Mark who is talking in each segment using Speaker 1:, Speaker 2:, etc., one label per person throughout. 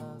Speaker 1: 嗯，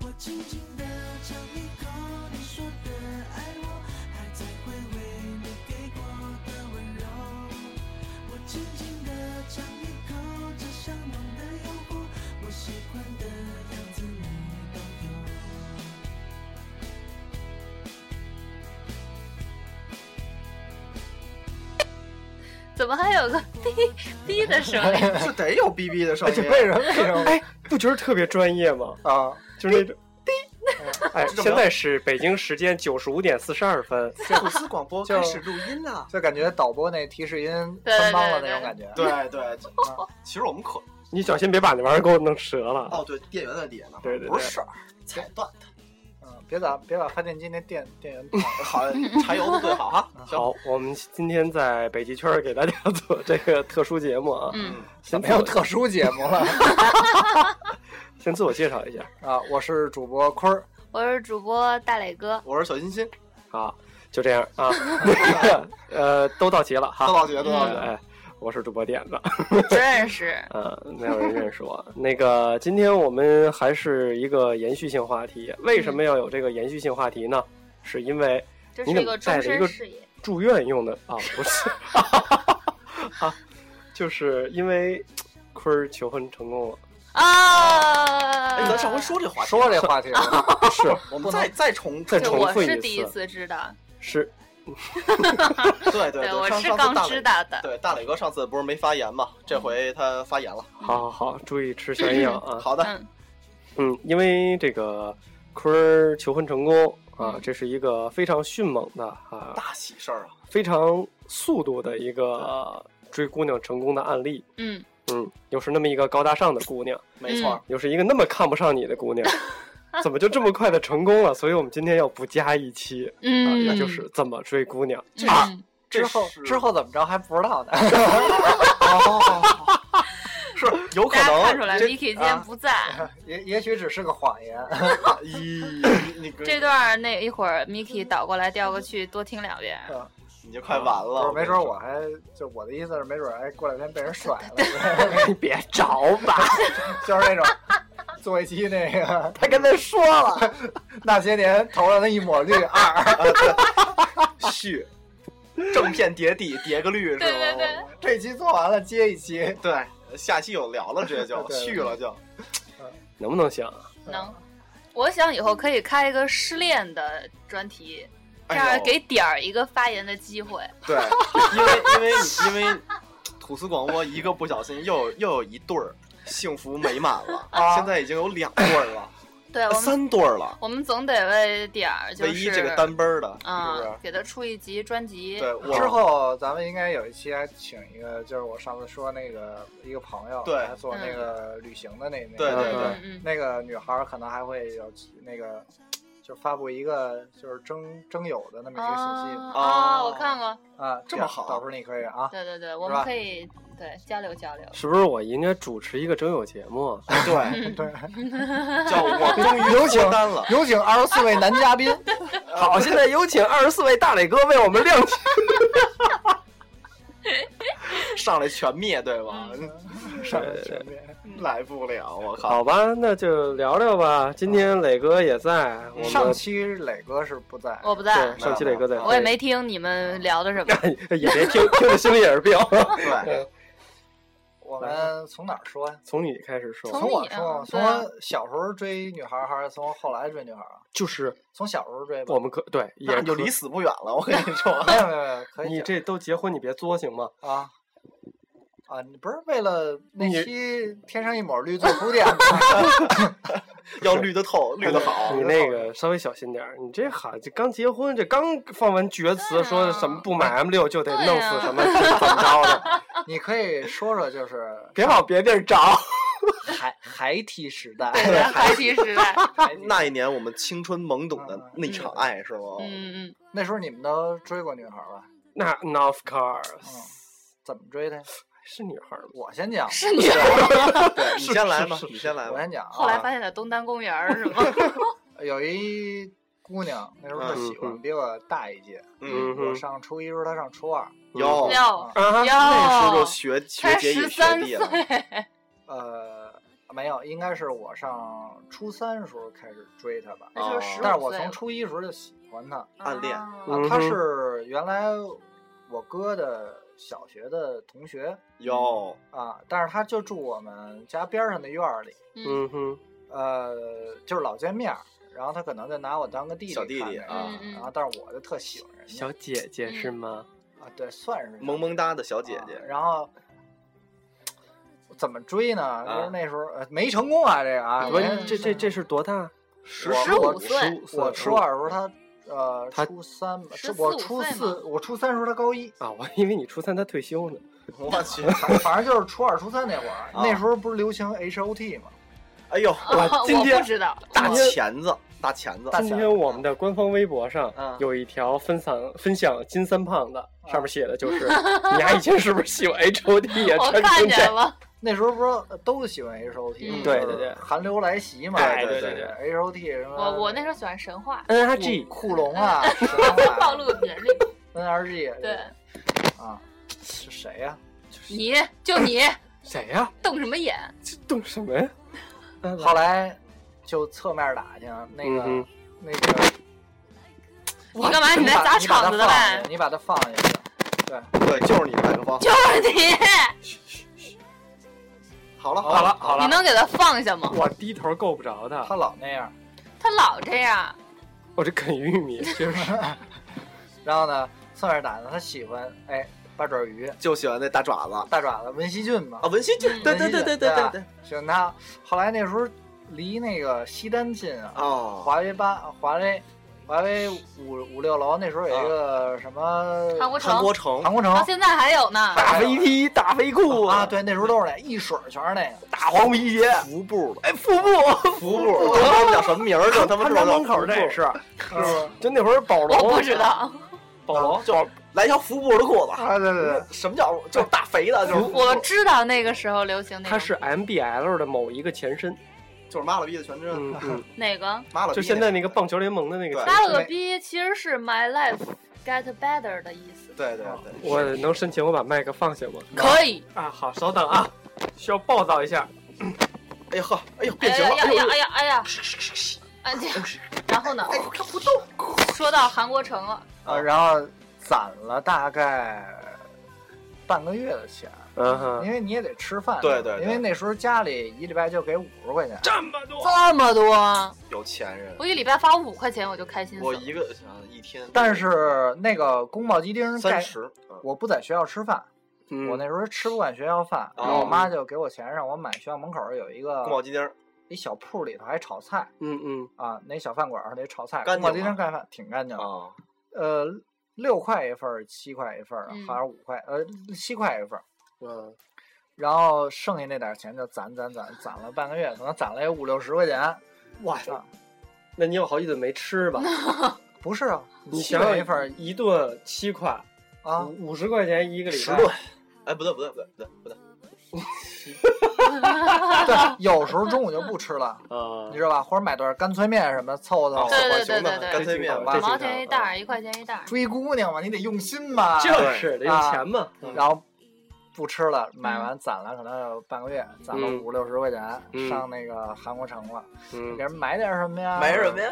Speaker 2: 我轻轻地尝一口你说的爱我，还在回味你给过的温柔。我轻轻地尝一口这香浓的诱惑，我喜欢的样子你都有。
Speaker 3: 怎么还有个哔哔的声 音？
Speaker 4: 是得有逼逼的声
Speaker 5: 而
Speaker 4: 音啊
Speaker 5: 且，为什么为什么
Speaker 6: 哎，不觉得特别专业吗？
Speaker 5: 啊？
Speaker 6: 就是那种。哎，
Speaker 4: 这么
Speaker 6: 现在是北京时间九十五点四十二分。
Speaker 4: 吐司广播
Speaker 5: 就
Speaker 4: 开始录音啊了。
Speaker 5: 就感觉导播那提示音
Speaker 3: 对
Speaker 5: 穿帮了
Speaker 3: 对
Speaker 5: 那种
Speaker 3: 对
Speaker 5: 感觉。
Speaker 4: 对对，其实我们可
Speaker 6: 你小心别把那玩意儿给我弄折了。
Speaker 4: 哦，对，电源问题呢，
Speaker 6: 对对对
Speaker 4: 不是事儿，彩断
Speaker 5: 嗯，别把别把发电机那电电源跑
Speaker 4: 的，好，柴油的最 好哈。行，
Speaker 6: 好，我们今天在北极圈给大家做这个特殊节目啊。
Speaker 3: 嗯，
Speaker 6: 先
Speaker 5: 没
Speaker 6: 自我
Speaker 5: 有特殊节目了
Speaker 6: 先自我介绍一下
Speaker 5: 啊！我是主播坤儿，
Speaker 3: 我是主播大磊哥，
Speaker 4: 我是小欣欣，
Speaker 6: 啊，就这样啊。 呃，都到齐了哈。
Speaker 4: 邓老姐，邓老姐，
Speaker 6: 哎，我是主播点子，
Speaker 3: 不认识。
Speaker 6: 呃，没有人认识我。那个，今天我们还是一个延续性话题。为什么要有这个延续性话题呢？是因为
Speaker 3: 嗯这是
Speaker 6: 你怎
Speaker 3: 一
Speaker 6: 么
Speaker 3: 个
Speaker 6: 带
Speaker 3: 终
Speaker 6: 着一
Speaker 3: 身
Speaker 6: 个
Speaker 3: 事业，
Speaker 6: 住院用的啊，不是 啊，就是因为坤儿求婚成功了。
Speaker 3: 啊！
Speaker 4: 哎，咱上回说这话题，
Speaker 5: 说这话题了，
Speaker 6: 是
Speaker 4: 我们再再重
Speaker 6: 再
Speaker 3: 对，
Speaker 6: 重
Speaker 3: 我
Speaker 6: 复
Speaker 3: 是
Speaker 6: 一
Speaker 3: 第一次知道，
Speaker 6: 是，
Speaker 4: 对对
Speaker 3: 我
Speaker 4: 上
Speaker 3: 是
Speaker 4: 上次
Speaker 3: 刚
Speaker 4: 大
Speaker 3: 知
Speaker 4: 磊，
Speaker 3: 道的。
Speaker 4: 对大磊哥上次不是没发言嘛，这回他发言了。
Speaker 6: 好好好，注意吃全营养啊。
Speaker 4: 好的，
Speaker 3: 嗯，
Speaker 6: 嗯，因为这个坤儿求婚成功啊
Speaker 3: 嗯，
Speaker 6: 这是一个非常迅猛的啊，
Speaker 4: 大喜事儿啊，
Speaker 6: 非常速度的一个呃追姑娘成功的案例。
Speaker 3: 嗯，
Speaker 6: 嗯，又是那么一个高大上的姑娘，
Speaker 4: 没错儿，
Speaker 6: 又是一个那么看不上你的姑 娘，怎么就这么快的成功了？所以我们今天要不加一期啊，
Speaker 3: 嗯，
Speaker 6: 那就是怎么追姑娘。
Speaker 3: 嗯
Speaker 5: 之后
Speaker 4: 是
Speaker 5: 之后怎么着还不知道呢。
Speaker 4: 哦是有可
Speaker 3: 大家看出
Speaker 4: 能
Speaker 3: 来
Speaker 4: 这
Speaker 3: ，Vicky 今天不在。
Speaker 5: 啊也也许只是个谎言，
Speaker 4: 咦，你
Speaker 3: 这段儿那一会儿，Miki 倒过来调过去，多听两遍。
Speaker 4: 你就快完了，
Speaker 3: 哦
Speaker 5: 没准我还就我的意思是，没准还哎过两天被人甩了，
Speaker 6: 你哎别找吧，
Speaker 5: 就是那种做一期那个
Speaker 6: 他跟他说了，
Speaker 5: 那些年头上的一抹绿啊二，
Speaker 4: 续，正片叠底，叠个绿是吧？
Speaker 3: 对对对
Speaker 5: 这期做完了接一期，
Speaker 4: 对，下期有聊了，直接就
Speaker 5: 对对
Speaker 4: 续了就。
Speaker 6: 能不能行啊？
Speaker 3: 能，我想以后可以开一个失恋的专题，
Speaker 4: 哎
Speaker 3: 这样
Speaker 4: 呦
Speaker 3: 给点儿一个发言的机会。
Speaker 4: 对，因为因为因为吐司广播一个不小心又又有一对儿幸福美满 了，
Speaker 5: 啊
Speaker 4: 现在已经有两对儿了，
Speaker 3: 对我们，
Speaker 4: 三对儿了，
Speaker 3: 我们总得为点儿就
Speaker 4: 唯
Speaker 3: 是
Speaker 4: 一这个单奔儿的，
Speaker 3: 啊、
Speaker 4: 是
Speaker 3: 给他出一集专辑。
Speaker 4: 不是？对，我
Speaker 5: 之后咱们应该有一期还请一个，就是我上次说那个一个朋友，
Speaker 4: 对
Speaker 5: 他做
Speaker 1: 嗯
Speaker 5: 那个旅行的那那
Speaker 4: 对对
Speaker 6: 嗯
Speaker 4: 对，
Speaker 3: 嗯
Speaker 5: 那个女孩儿可能还会有那个，就发布一个就是征征友的那
Speaker 3: 嗯，
Speaker 5: 么一个信息
Speaker 3: 啊
Speaker 4: 哦
Speaker 3: 我看过，
Speaker 5: 啊，
Speaker 4: 这么好
Speaker 5: 到时候你可以啊，
Speaker 3: 对对对，我
Speaker 5: 是
Speaker 3: 们
Speaker 5: 吧
Speaker 3: 可以对交流交流。
Speaker 6: 是不是我应该主持一个征友节目啊？
Speaker 4: 对，
Speaker 5: 对，
Speaker 4: 叫 我终于
Speaker 5: 有请
Speaker 4: 脱单了，
Speaker 5: 有请二十四位男嘉宾，
Speaker 6: 好，现在有请二十四位大磊哥为我们亮相。
Speaker 4: 上来全灭，对吧？
Speaker 3: 嗯
Speaker 5: 上面前面
Speaker 4: 来不了，我靠！
Speaker 6: 好吧，那就聊聊吧。今天磊哥也在，我们
Speaker 5: 上期磊哥是不在，
Speaker 3: 我不在
Speaker 6: 对，上期磊嗯哥在，嗯哎
Speaker 3: 我也没听你们聊的什么。
Speaker 6: 也别听，听着心里也是病。
Speaker 4: 对，
Speaker 5: 我们从哪儿说呀？
Speaker 6: 从你开始说，
Speaker 3: 从
Speaker 5: 从我
Speaker 3: 你啊
Speaker 5: 说，
Speaker 3: 对
Speaker 5: 从
Speaker 3: 啊
Speaker 5: 我小时候追女孩儿，还是从后来追女孩儿啊？
Speaker 6: 就是
Speaker 5: 从小时候追吧
Speaker 6: 我。们可对，
Speaker 5: 那
Speaker 6: 也
Speaker 5: 就
Speaker 6: 可
Speaker 5: 离
Speaker 6: 死不远了。我跟你 说
Speaker 5: 没有没有没有，
Speaker 3: 哎
Speaker 5: 可以
Speaker 6: 你
Speaker 5: 讲
Speaker 6: 这都结婚，你别作行吗？
Speaker 5: 啊啊！你不是为了那
Speaker 6: 你
Speaker 5: 期《天上一抹绿》做铺垫吗？
Speaker 6: 要
Speaker 5: 绿得透，绿得
Speaker 3: 哎
Speaker 5: 好
Speaker 6: 你那个稍微小心点儿，你这好，这刚结婚，这刚放完厥词，
Speaker 3: 对啊
Speaker 6: 说什么不买 M 六就得
Speaker 3: 对
Speaker 6: 弄死
Speaker 3: 啊
Speaker 6: 什么、 怎么着的，
Speaker 5: 你可以说说，就是
Speaker 6: 别往别地儿找。
Speaker 5: 孩孩提时代，
Speaker 3: 对，孩提时代，
Speaker 5: 哦
Speaker 4: 那一年我们青春懵懂的那场爱是吗？
Speaker 3: 嗯嗯，
Speaker 5: 那时候你们都追过女孩儿吧？
Speaker 6: 那 n of course
Speaker 5: 嗯，怎么追的呀？
Speaker 6: 是女孩儿吗？
Speaker 5: 我先讲，
Speaker 3: 是女孩。
Speaker 4: 对你先来吧，
Speaker 6: 是是是
Speaker 4: 你先来
Speaker 5: 我
Speaker 4: 吧。
Speaker 5: 先讲啊。
Speaker 3: 后来发现在东单公园儿是吗？
Speaker 5: 有一姑娘，那时候特喜
Speaker 6: 嗯
Speaker 5: 欢，比我大一届。
Speaker 6: 嗯
Speaker 5: 我
Speaker 6: 哼，
Speaker 5: 上初一时候，她上初二。
Speaker 4: 哟，
Speaker 3: 哟
Speaker 6: 啊哈，
Speaker 4: 那时候
Speaker 3: 哟，
Speaker 4: 学学
Speaker 3: 才
Speaker 4: 姐也学
Speaker 3: 十三
Speaker 4: 弟
Speaker 3: 岁，
Speaker 4: 了，
Speaker 5: 呃，没有，应该是我上初三时候开始追她吧。
Speaker 3: 那时候十五岁
Speaker 5: 但
Speaker 3: 了
Speaker 5: 是我从初一时候就喜欢她。
Speaker 4: 暗恋
Speaker 3: 啊
Speaker 6: 嗯哼
Speaker 5: 她是原来我哥的小学的同学
Speaker 4: 哟，
Speaker 5: 啊，但是她就住我们家边上的院儿里，
Speaker 3: 嗯
Speaker 6: 嗯哼，
Speaker 5: 呃，就是老见面儿。然后她可能就拿我当个弟弟
Speaker 4: 小弟弟
Speaker 5: 看
Speaker 4: 啊
Speaker 3: 嗯
Speaker 5: 那种然后但是我就特喜欢人家
Speaker 6: 小姐姐是吗？
Speaker 5: 啊，对，算是
Speaker 4: 萌萌哒的小姐姐
Speaker 5: 啊。然后怎么追呢？
Speaker 4: 啊
Speaker 5: 就是那时候呃没成功啊，这个啊，
Speaker 6: 我
Speaker 5: 人
Speaker 3: 嗯
Speaker 6: 这这这是多大？
Speaker 4: 十
Speaker 5: 我
Speaker 4: 十
Speaker 3: 五
Speaker 4: 五
Speaker 3: 岁
Speaker 6: 15
Speaker 5: 我
Speaker 6: 是
Speaker 5: 初
Speaker 6: 吧
Speaker 5: 二时候他呃
Speaker 6: 他
Speaker 5: 初三吧，
Speaker 3: 14
Speaker 5: 我
Speaker 3: 15
Speaker 5: 初
Speaker 3: 岁
Speaker 5: 四
Speaker 3: 嘛，
Speaker 5: 我初三时候他高 一，
Speaker 6: 啊，我以为你初三，她退休呢。
Speaker 4: 我去，
Speaker 5: 反反正就是初二初三那会儿，
Speaker 4: 啊
Speaker 5: 那时候不是流行 H O T 嘛，
Speaker 4: 哎呦，
Speaker 6: 我
Speaker 3: 哦我
Speaker 6: 今天
Speaker 3: 不知道，嗯
Speaker 4: 大
Speaker 6: 今天
Speaker 4: 钳子，大钳子，
Speaker 6: 今天我们的官方微博上
Speaker 5: 嗯
Speaker 6: 有一条分享分享金三胖的，上
Speaker 3: 嗯
Speaker 6: 面写的就是 你丫以前是不是喜欢 H O T 呀？
Speaker 3: 我
Speaker 6: 穿
Speaker 3: 看
Speaker 6: 成这
Speaker 3: 见了，
Speaker 5: 那时候不是都喜欢 H O T，
Speaker 3: 嗯
Speaker 6: 对对对
Speaker 5: 寒流来袭嘛，
Speaker 6: 哎
Speaker 4: 对
Speaker 6: 对
Speaker 5: ，H O T 什么
Speaker 3: 我我那时候喜欢 神话，
Speaker 6: N I G
Speaker 5: 库 龙啊，
Speaker 3: 暴露年龄，
Speaker 5: N R G
Speaker 3: 对
Speaker 5: 啊，是谁啊呀？
Speaker 3: 你就你
Speaker 6: 谁呀、
Speaker 3: 瞪什么眼？
Speaker 6: 这动什么呀？啊
Speaker 5: 后，来就侧面打听那个、
Speaker 6: 嗯哼
Speaker 5: 那个，
Speaker 3: 你干嘛？你在
Speaker 5: 把
Speaker 3: 砸场子的呗？
Speaker 5: 你把它放下去，你把它放下去。
Speaker 4: 对，就是你麦克风。
Speaker 3: 就是你，
Speaker 4: 好了
Speaker 6: 好了好
Speaker 3: 你
Speaker 6: 了，
Speaker 3: 能给他放下吗？
Speaker 6: 我低头够不着他
Speaker 5: 他，老那样，
Speaker 3: 他老这样，
Speaker 6: 我这啃玉 米就是。
Speaker 5: 然后呢，侧面打听他喜欢哎八爪鱼、
Speaker 4: 就喜欢那大爪子啊，
Speaker 5: 大爪子、文熙俊
Speaker 6: 哦
Speaker 5: 嘛，
Speaker 4: 文心俊，对对对对对对对，
Speaker 5: 喜欢他。后来那时候离那个西单近啊，
Speaker 4: 哦，
Speaker 5: 华为八华为华为五五六楼那时候有一个什么
Speaker 3: 韩国
Speaker 4: 韩
Speaker 3: 城
Speaker 4: 国，城，
Speaker 5: 韩国城
Speaker 3: 到现在还有呢。
Speaker 6: 大肥 T，大肥裤
Speaker 5: 啊，，对，那时候都是那一水儿全是那个。
Speaker 6: 大黄皮鞋，
Speaker 4: 服部的，
Speaker 6: 哎，腹部，
Speaker 4: 服部，我都忘不了什么名儿了，他们
Speaker 6: 他
Speaker 4: 知
Speaker 6: 家
Speaker 4: 道叫
Speaker 6: 门口
Speaker 4: 服部
Speaker 6: 这也是，
Speaker 5: 是不是
Speaker 6: 就那会儿宝龙，
Speaker 3: 我不知，道，
Speaker 6: 宝龙
Speaker 4: 就来条服部的裤子，
Speaker 5: 啊，对对对，
Speaker 4: 什么叫就是大肥的，就是
Speaker 3: 我知道那个时候流行那
Speaker 6: 他
Speaker 3: 个
Speaker 6: 是 MBL 的某一个前身，
Speaker 4: 就是妈了逼的全身，
Speaker 6: 嗯嗯，
Speaker 3: 哪个？
Speaker 4: 妈了逼的
Speaker 6: 就现在那个棒球联盟的那
Speaker 4: 对
Speaker 6: 个前
Speaker 3: 八个逼其实是 My Life Get Better 的意思。
Speaker 4: 对对对，
Speaker 6: 身，我能申请我把麦克放下吗？
Speaker 3: 可以，
Speaker 6: 啊，好，稍等啊，需要暴躁一下，
Speaker 4: 哎呦呵，哎呦
Speaker 3: 哎
Speaker 4: 变形
Speaker 3: 呀
Speaker 4: 了，
Speaker 3: 呀呀
Speaker 4: 呦
Speaker 3: 哎呀哎呀！哎这，然后呢？说到韩国城了，
Speaker 5: 啊，
Speaker 4: 哦
Speaker 5: 然后攒了大概半个月的钱，
Speaker 6: 嗯哼，
Speaker 5: 因为你也得吃饭，
Speaker 4: 对对对
Speaker 5: 因为那时候家里一礼拜就给五十块钱，
Speaker 6: 这么多，
Speaker 3: 这么多，
Speaker 4: 有钱人，
Speaker 3: 我一礼拜发五块钱我就开心死
Speaker 4: 我
Speaker 3: 了。
Speaker 4: 一个啊一天，
Speaker 5: 但是那个宫保鸡丁
Speaker 4: 三
Speaker 5: 盖，
Speaker 4: 十，嗯
Speaker 5: 我不在学校吃饭，
Speaker 6: 嗯
Speaker 5: 我那时候吃不惯学校饭，
Speaker 4: 哦
Speaker 5: 然后我妈就给我钱，让我买学校门口有一
Speaker 4: 宫保
Speaker 5: 个
Speaker 4: 鸡丁儿，
Speaker 5: 一小铺里头还炒菜
Speaker 6: 嗯嗯，
Speaker 5: 啊，那小饭馆上得炒菜，
Speaker 4: 干
Speaker 5: 宫
Speaker 4: 净吗
Speaker 5: 保鸡丁盖饭挺干净的，
Speaker 4: 啊，
Speaker 5: 呃，六块一份儿，七块一份儿，
Speaker 3: 嗯
Speaker 5: 还是五块，呃，七块一份儿。
Speaker 6: 嗯，
Speaker 5: 然后剩下那点儿钱就攒攒攒攒了半个月，可能攒了有五六十块钱。
Speaker 6: 哇
Speaker 5: 啊
Speaker 6: 那你有好几顿没吃 吧？
Speaker 5: 不是啊，
Speaker 6: 你嗯
Speaker 5: 七
Speaker 6: 想
Speaker 5: 块
Speaker 6: 想
Speaker 5: 一 份儿
Speaker 6: 一顿七块，
Speaker 5: 啊，
Speaker 6: 五五十块钱一个礼拜，
Speaker 4: 十顿，哎不对不对不对不对不对，
Speaker 5: 对，有时候中午就不吃了，
Speaker 6: 啊
Speaker 5: 你知道吧？或者买段干脆面什么凑凑。
Speaker 3: 对
Speaker 4: 浣
Speaker 3: 对
Speaker 4: 熊
Speaker 3: 对
Speaker 4: 的
Speaker 3: 对对
Speaker 4: 干脆面
Speaker 6: 这
Speaker 4: 哦吧
Speaker 6: 这
Speaker 3: 五毛钱一袋儿，一块钱一袋儿。
Speaker 5: 追姑娘嘛，你得用心
Speaker 6: 啊
Speaker 5: 嘛。
Speaker 6: 就是得用钱嘛，
Speaker 5: 然后不吃了，买完攒了可能有半个月，攒了
Speaker 6: 嗯
Speaker 5: 五六十块钱，
Speaker 6: 嗯
Speaker 5: 上那个韩国城了，
Speaker 6: 嗯
Speaker 5: 给人买点什么呀？
Speaker 4: 买什么？呀？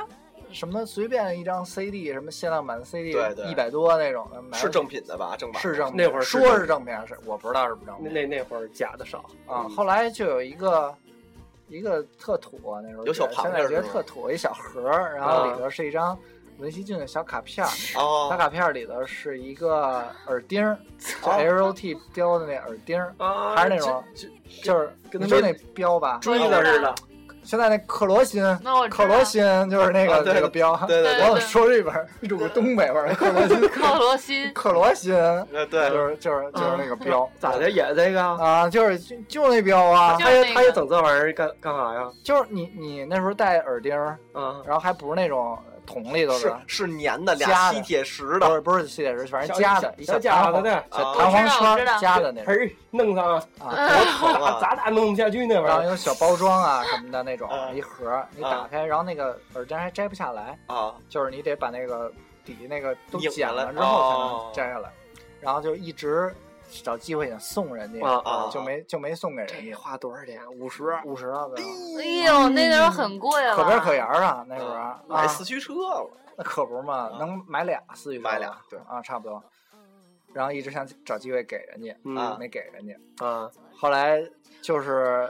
Speaker 5: 什么随便一张 CD，什么限量版 CD，
Speaker 4: 对对
Speaker 5: 一百多那种，买
Speaker 4: 是正品的吧？正版的
Speaker 5: 是正品
Speaker 6: 那会儿是
Speaker 5: 说是正品还是我不知道是不是正
Speaker 6: 那
Speaker 5: 品
Speaker 6: 那那会嗯儿假的少，
Speaker 5: 啊。后来就有一个一个特土啊，那时候
Speaker 4: 有小
Speaker 5: 觉得
Speaker 4: 旁
Speaker 5: 现
Speaker 4: 边
Speaker 5: 在觉得
Speaker 4: 是吗
Speaker 5: 特土，一小盒儿，然
Speaker 6: 嗯
Speaker 5: 后里头是一张文熙俊的小卡片儿，小
Speaker 4: 哦，
Speaker 5: 卡片儿里头是一个耳钉 儿，就 L O T 标的那耳钉儿，
Speaker 6: 啊，
Speaker 5: 还是那种
Speaker 6: 这这
Speaker 5: 就是
Speaker 6: 跟
Speaker 5: 你
Speaker 6: 他
Speaker 5: 说
Speaker 6: 们
Speaker 5: 那标吧，
Speaker 6: 锥子似的，
Speaker 5: 现在那克罗心。
Speaker 3: 那我知
Speaker 5: 克
Speaker 3: 道
Speaker 5: 罗心就是那
Speaker 4: 啊
Speaker 5: 个
Speaker 4: 对
Speaker 5: 那个标，
Speaker 4: 对对
Speaker 3: 对
Speaker 5: 我老说日本一股东北味儿，克罗心，
Speaker 3: 克罗 心，
Speaker 5: 克罗心，
Speaker 4: 呃
Speaker 5: 就
Speaker 4: 对，
Speaker 5: 是就是就是那个标
Speaker 6: 咋的也这个啊？
Speaker 5: 啊，就是就就那标啊，
Speaker 3: 就
Speaker 6: 他
Speaker 3: 是
Speaker 6: 也
Speaker 3: 那
Speaker 6: 他也
Speaker 3: 个
Speaker 6: 整这玩意儿干干啥呀？
Speaker 5: 就是你你那时候戴耳钉儿，
Speaker 6: 啊，
Speaker 5: 然后还不是那种桶里头
Speaker 4: 是
Speaker 5: 的，
Speaker 4: 是粘的
Speaker 5: 夹
Speaker 4: 俩
Speaker 5: 的
Speaker 4: 吸铁石
Speaker 5: 不
Speaker 4: 的，
Speaker 5: 是不是吸铁石，反正夹的，一
Speaker 6: 小假
Speaker 5: 弹
Speaker 6: 的哦
Speaker 5: 簧
Speaker 6: 呢，
Speaker 5: 小
Speaker 4: 啊
Speaker 3: 我知道我
Speaker 5: 弹簧圈
Speaker 3: 知道
Speaker 5: 夹的那
Speaker 6: 盆
Speaker 5: 种
Speaker 6: 儿弄上啊，
Speaker 5: 啊，
Speaker 4: 疼
Speaker 6: 咋
Speaker 4: 啊！
Speaker 6: 咋咋弄不下去那
Speaker 5: 然后
Speaker 6: 玩意儿？
Speaker 5: 有小包装啊什么的那种
Speaker 6: 嗯
Speaker 4: 啊，
Speaker 5: 一盒你打开，然后那个耳钉还摘不下来，
Speaker 4: 啊，
Speaker 5: 就是你得把那个底那个都
Speaker 4: 拧
Speaker 5: 剪
Speaker 4: 下来
Speaker 5: 了之后才
Speaker 4: 哦
Speaker 5: 能摘下来，然后就一直找机会想送人家，
Speaker 6: 啊
Speaker 4: 啊
Speaker 5: 就没就没送给人
Speaker 6: 得
Speaker 5: 家，
Speaker 6: 花多少钱？五十
Speaker 5: 五十啊，对吧
Speaker 3: 哎呦，那时候很贵了，
Speaker 5: 可边可沿儿啊，那时候啊，
Speaker 6: 嗯
Speaker 4: 买四驱车了，
Speaker 5: 那可不嘛，
Speaker 4: 啊
Speaker 5: 能买俩四驱车吧，
Speaker 4: 买俩对
Speaker 5: 啊，差不多。然后一直想找机会给人家，
Speaker 4: 啊
Speaker 6: 嗯
Speaker 5: 没给人家。
Speaker 6: 啊，
Speaker 5: 后来就是，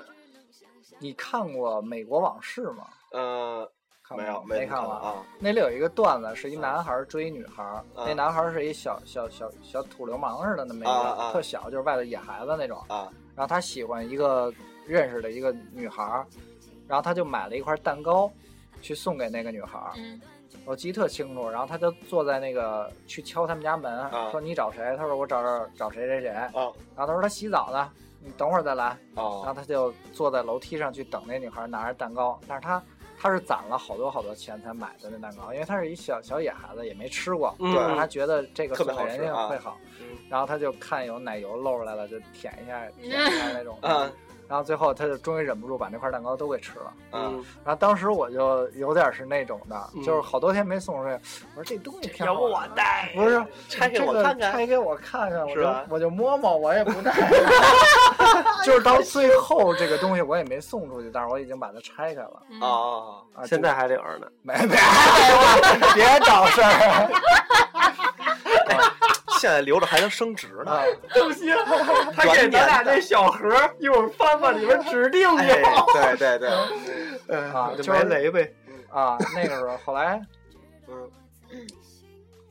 Speaker 5: 你看过《美国往事》吗？
Speaker 4: 嗯，
Speaker 5: 看过
Speaker 4: 没有
Speaker 5: 没
Speaker 4: 没
Speaker 5: 看过。
Speaker 4: 啊，嗯
Speaker 5: 那里有一个段子，是一男孩追一女孩，那男孩是一小小小小土流氓似的那么一个，
Speaker 4: 啊啊
Speaker 5: 特小，就是外头野孩子那种。
Speaker 4: 啊
Speaker 5: 然后他喜欢一个认识的一个女孩，然后他就买了一块蛋糕，去送给那个女孩。
Speaker 3: 嗯，
Speaker 5: 我记得特清楚。然后他就坐在那个去敲他们家门，
Speaker 4: 啊
Speaker 5: 说你找谁？他说我找找找谁谁谁。然
Speaker 4: 啊
Speaker 5: 后他说他洗澡呢，你等会儿再来。然后
Speaker 4: 啊
Speaker 5: 他就坐在楼梯上去等那女孩拿着蛋糕，但是他他是攒了好多好多钱才买的那蛋糕，因为他是一小小野孩子，也没吃过，
Speaker 6: 嗯
Speaker 5: 然后他觉得这个
Speaker 4: 特
Speaker 5: 送
Speaker 4: 别
Speaker 5: 给
Speaker 4: 好吃
Speaker 5: 人家
Speaker 4: 啊
Speaker 5: 会好
Speaker 4: 嗯，
Speaker 5: 然后他就看有奶油露出来了，就舔一下舔一 下那种，
Speaker 4: 啊
Speaker 5: 然后最后他就终于忍不住把那块蛋糕都给吃了。
Speaker 4: 啊！
Speaker 6: 嗯，
Speaker 5: 然后当时我就有点是那种的，
Speaker 6: 嗯
Speaker 5: 就是好啊多天没送出去，我说这东西挺
Speaker 6: 要
Speaker 5: 好
Speaker 6: 不我
Speaker 5: 玩的。
Speaker 6: 带？
Speaker 5: 不是
Speaker 6: 拆给我看
Speaker 5: 这个
Speaker 6: 看。
Speaker 5: 拆给我看看，我
Speaker 4: 是
Speaker 5: 就
Speaker 4: 吧
Speaker 5: 我就摸摸，我也 不戴。就是到最后这个东西我也没送出去，但是我已经把它拆开了
Speaker 3: 嗯
Speaker 4: 啊，
Speaker 5: 啊。
Speaker 6: 现
Speaker 5: 就
Speaker 6: 在还领着呢，
Speaker 5: 没没，别找事儿
Speaker 4: 现在留着还能升值呢。
Speaker 5: 啊！
Speaker 6: 不行，他给咱俩这小盒儿，一会儿翻翻，里面指定
Speaker 4: 哎
Speaker 6: 有。，
Speaker 4: 对对对，
Speaker 5: 啊
Speaker 6: 就
Speaker 5: 就
Speaker 6: 埋
Speaker 5: 是
Speaker 6: 雷呗。
Speaker 5: 啊，那个时候 后来，
Speaker 4: 嗯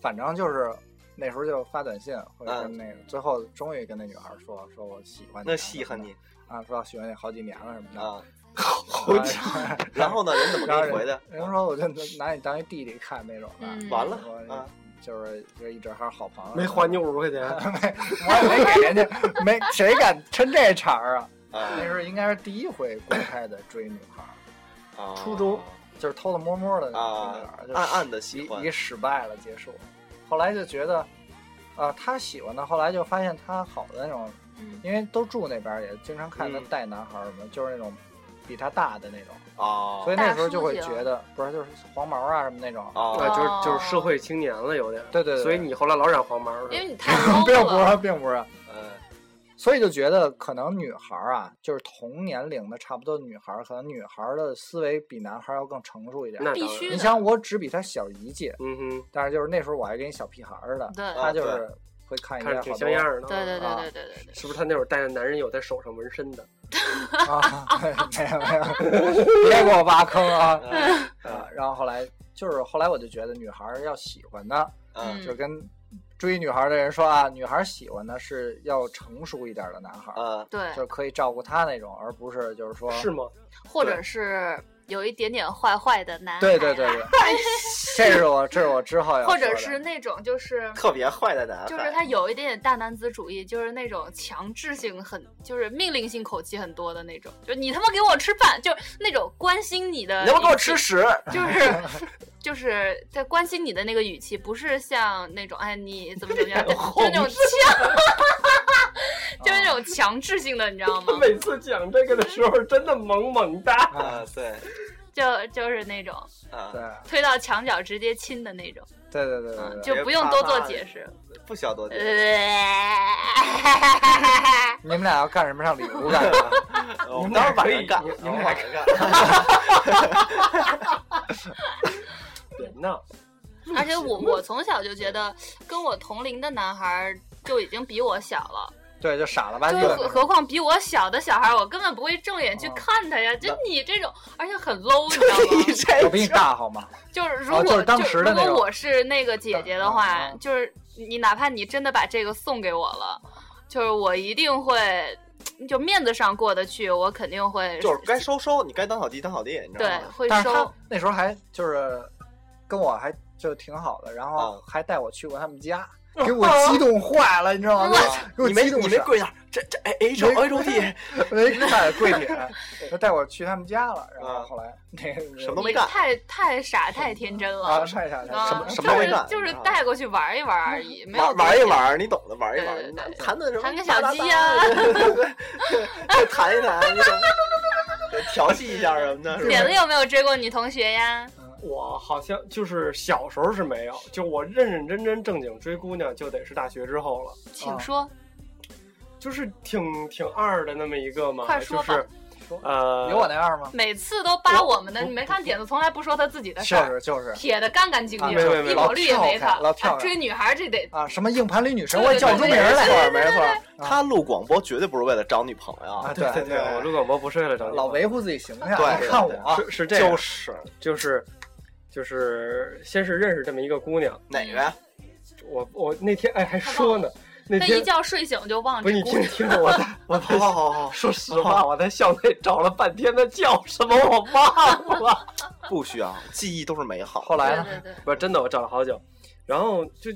Speaker 5: 反正就是那时候就发短信，或者
Speaker 4: 嗯
Speaker 5: 跟那个最后终于跟那女孩说说我喜欢你啊，
Speaker 4: 那稀罕你
Speaker 5: 啊，说喜欢你好几年了什么的。
Speaker 4: 啊。
Speaker 5: 好久，
Speaker 4: 然后呢，人怎么
Speaker 5: 然后
Speaker 4: 给你回的？
Speaker 5: 人说我就拿你当一弟弟看那种的，
Speaker 3: 嗯
Speaker 4: 完了
Speaker 5: 我
Speaker 4: 啊
Speaker 5: 就是就一直还是好朋友，
Speaker 6: 没还你五十块钱，
Speaker 5: 我也没给人家，没谁敢趁这茬儿啊！
Speaker 4: 啊
Speaker 5: 那时候应该是第一回公开的追女孩儿，
Speaker 4: 啊，
Speaker 6: 初中
Speaker 5: 就是偷偷摸摸的那
Speaker 4: 啊
Speaker 5: 种追女，孩
Speaker 4: 暗
Speaker 5: 儿，
Speaker 4: 暗的
Speaker 5: 就
Speaker 4: 喜
Speaker 5: 是
Speaker 4: 欢
Speaker 5: 以以失败了结束。后来就觉得，啊，他喜欢的，后来就发现他好的那种，
Speaker 3: 嗯
Speaker 5: 因为都住那边儿，也经常看他
Speaker 4: 嗯
Speaker 5: 带男孩儿什么，就是那种比他大的那种。
Speaker 6: 哦
Speaker 4: 啊
Speaker 5: 所以那时候就会
Speaker 3: 大叔
Speaker 5: 觉得，不是就是黄毛啊什么那种，
Speaker 4: 啊
Speaker 6: 啊，就是就是社会青年了，有点。
Speaker 5: 对对对
Speaker 6: 所以你后来老染黄毛
Speaker 3: 因为
Speaker 6: 是
Speaker 3: 你太 low
Speaker 5: 并不
Speaker 6: 哦
Speaker 3: 了，
Speaker 5: 是，并不是，
Speaker 4: 呃
Speaker 5: 所以就觉得可能女孩儿啊，就是同年龄的差不多的女孩儿，可能女孩儿的思维比男孩儿要更成熟一
Speaker 6: 那
Speaker 5: 点。
Speaker 3: 必
Speaker 6: 当然
Speaker 3: 须
Speaker 5: 你
Speaker 3: 的，
Speaker 5: 想，我只比她小一届，
Speaker 6: 嗯哼，
Speaker 5: 但是就是那时候我还跟一小屁孩儿似的，
Speaker 3: 对
Speaker 5: 她就是会看一
Speaker 6: 哦看着
Speaker 5: 些好
Speaker 6: 挺
Speaker 5: 多
Speaker 6: 像样儿的。
Speaker 3: 对对对
Speaker 5: 啊
Speaker 3: 对对对对，
Speaker 6: 是不是他那会儿带着男人有在手上纹身的？
Speaker 5: 啊，没有没有，别给我挖坑啊
Speaker 4: 嗯
Speaker 5: 啊！然后后来就是后来我就觉得女孩儿要喜欢的，
Speaker 4: 嗯
Speaker 5: 啊就跟追女孩儿的人说啊，女孩儿喜欢的是要成熟一点儿的男孩儿，
Speaker 4: 嗯
Speaker 3: 对，
Speaker 5: 就可以照顾她那种，而不是就是说
Speaker 6: 是吗？
Speaker 3: 或者是有一点点坏坏的男孩，
Speaker 5: 对对对，对，这是我这是我之后要
Speaker 3: 或
Speaker 5: 说
Speaker 3: 者
Speaker 5: 的
Speaker 3: 是那种就是。
Speaker 4: 特别坏的男孩，
Speaker 3: 就是他有一点点大男子主义，就是那种强制性很，就是命令性口气很多的那种，就你他妈给我吃饭，就是那种关心你的，
Speaker 4: 你他妈给我吃，屎！
Speaker 3: 就是就是在关心你的那个语气，不是像那种哎你怎么怎么样，就就是那种强， 就是那种强制性的，你知道吗
Speaker 6: 他？每次讲这个的时候，真的萌萌哒。
Speaker 4: 啊，对
Speaker 3: 就就是那种
Speaker 4: 啊，
Speaker 5: 对
Speaker 3: 推到墙角直接亲的那种，
Speaker 5: 对对对对对，
Speaker 3: 就不用多做解释。
Speaker 4: 不需要多解
Speaker 3: 呃
Speaker 5: 你们俩要干什么上礼物干什么？
Speaker 4: 释，我们当时晚上干，
Speaker 6: 你们
Speaker 4: 我
Speaker 6: 俩
Speaker 4: 们晚上干，
Speaker 6: 对，呢？
Speaker 3: 而且我我从小就觉得，跟我同龄的男孩儿就已经比我小了，
Speaker 5: 啊对，就傻了吧
Speaker 3: 就
Speaker 5: 唧
Speaker 3: 是
Speaker 5: 的。
Speaker 3: 何何况比我小的小孩儿，我根本不会正眼去看他呀。就你这种，而且很 low，你知道吗？
Speaker 5: 我比你大好吗？
Speaker 3: 就是如
Speaker 5: 哦
Speaker 3: 果、
Speaker 5: 就是当时的那
Speaker 3: 如
Speaker 5: 种
Speaker 3: 果我是那个姐姐的
Speaker 5: 啊
Speaker 3: 话
Speaker 5: 啊，
Speaker 3: 就是你哪怕你真的把这个送给我了，就是我一定会就面子上过得去，我肯定会
Speaker 4: 就是该收收，你该当小弟当小弟，你知道
Speaker 3: 对
Speaker 4: 吗？
Speaker 3: 会
Speaker 5: 但是他
Speaker 3: 收。
Speaker 5: 那时候还就是跟我还就挺好的，然后
Speaker 4: 啊
Speaker 5: 还带我去过他们家， 给 我激动坏了，你知道吗？给我
Speaker 4: 你没
Speaker 5: 激动
Speaker 4: 你没
Speaker 5: 傻
Speaker 4: 跪下，这这哎 H H O D
Speaker 5: 没带跪 舔，他带我去他们家了，然后后来那个
Speaker 4: 什么都
Speaker 3: 你
Speaker 4: 没干
Speaker 3: 太太傻太天真
Speaker 5: 啊，
Speaker 3: 了，
Speaker 5: 晒一下
Speaker 3: 啊
Speaker 5: 什么
Speaker 4: 什么都没干
Speaker 3: 就是就是
Speaker 4: 啊
Speaker 3: 带过去玩一玩而已，
Speaker 5: 嗯
Speaker 3: 没有
Speaker 4: 玩玩一玩儿，你懂的，玩一玩儿。
Speaker 3: 对对对
Speaker 4: 你弹的什么？
Speaker 3: 弹个小鸡
Speaker 4: 呀、
Speaker 3: 呀
Speaker 4: 对对对 再弹一弹，你懂吗？对调戏一下什么的，是吧？
Speaker 3: 点子有没有追过女同学呀？
Speaker 6: 我好像就是小时候是没有，就我认认真真正经追姑娘，就得是大学之后了，
Speaker 5: 啊
Speaker 3: 请说。
Speaker 6: 就是挺挺二的那么一个嘛，
Speaker 3: 快
Speaker 6: 就
Speaker 3: 说
Speaker 6: 是
Speaker 3: 吧
Speaker 6: 呃，
Speaker 5: 有我那样吗？
Speaker 3: 每次都扒我们的，你没看点子从来不说他自己的事
Speaker 5: 就
Speaker 3: 儿，
Speaker 5: 是就是
Speaker 3: 撇的干干净净
Speaker 5: 啊
Speaker 6: 没没，没
Speaker 3: 一抹绿也没
Speaker 5: 老
Speaker 3: 他。
Speaker 5: 跳开老跳
Speaker 3: 啊
Speaker 5: 开
Speaker 3: 追女孩这得
Speaker 5: 啊，什么硬盘里女神，
Speaker 3: 对
Speaker 5: 我也叫不出名儿
Speaker 4: 没
Speaker 5: 来
Speaker 4: 错，没错，
Speaker 5: 对
Speaker 4: 他录广播绝对不是为了找女朋友，
Speaker 5: 啊！
Speaker 6: 对对，我录广播不睡了，张
Speaker 5: 老维护自己形象，
Speaker 4: 对
Speaker 5: 你看我
Speaker 6: 是是这样，
Speaker 4: 就是是
Speaker 6: 就是就是先是认识这么一个姑娘，
Speaker 4: 哪个呀？
Speaker 6: 我我那天哎还说呢，那
Speaker 3: 他一
Speaker 6: 天
Speaker 3: 觉睡醒就忘
Speaker 6: 不是
Speaker 3: 这
Speaker 6: 你
Speaker 3: 姑
Speaker 6: 听
Speaker 3: 娘。
Speaker 6: 听着我在我在
Speaker 4: 啊好好好，
Speaker 6: 说实话，
Speaker 5: 哦
Speaker 6: 我在校内找了半天，他叫什么我忘了。
Speaker 4: 不需要，记忆都是美好。
Speaker 5: 后来
Speaker 3: 对
Speaker 5: 呢，
Speaker 3: 对对，
Speaker 6: 不是真的，我找了好久，然后就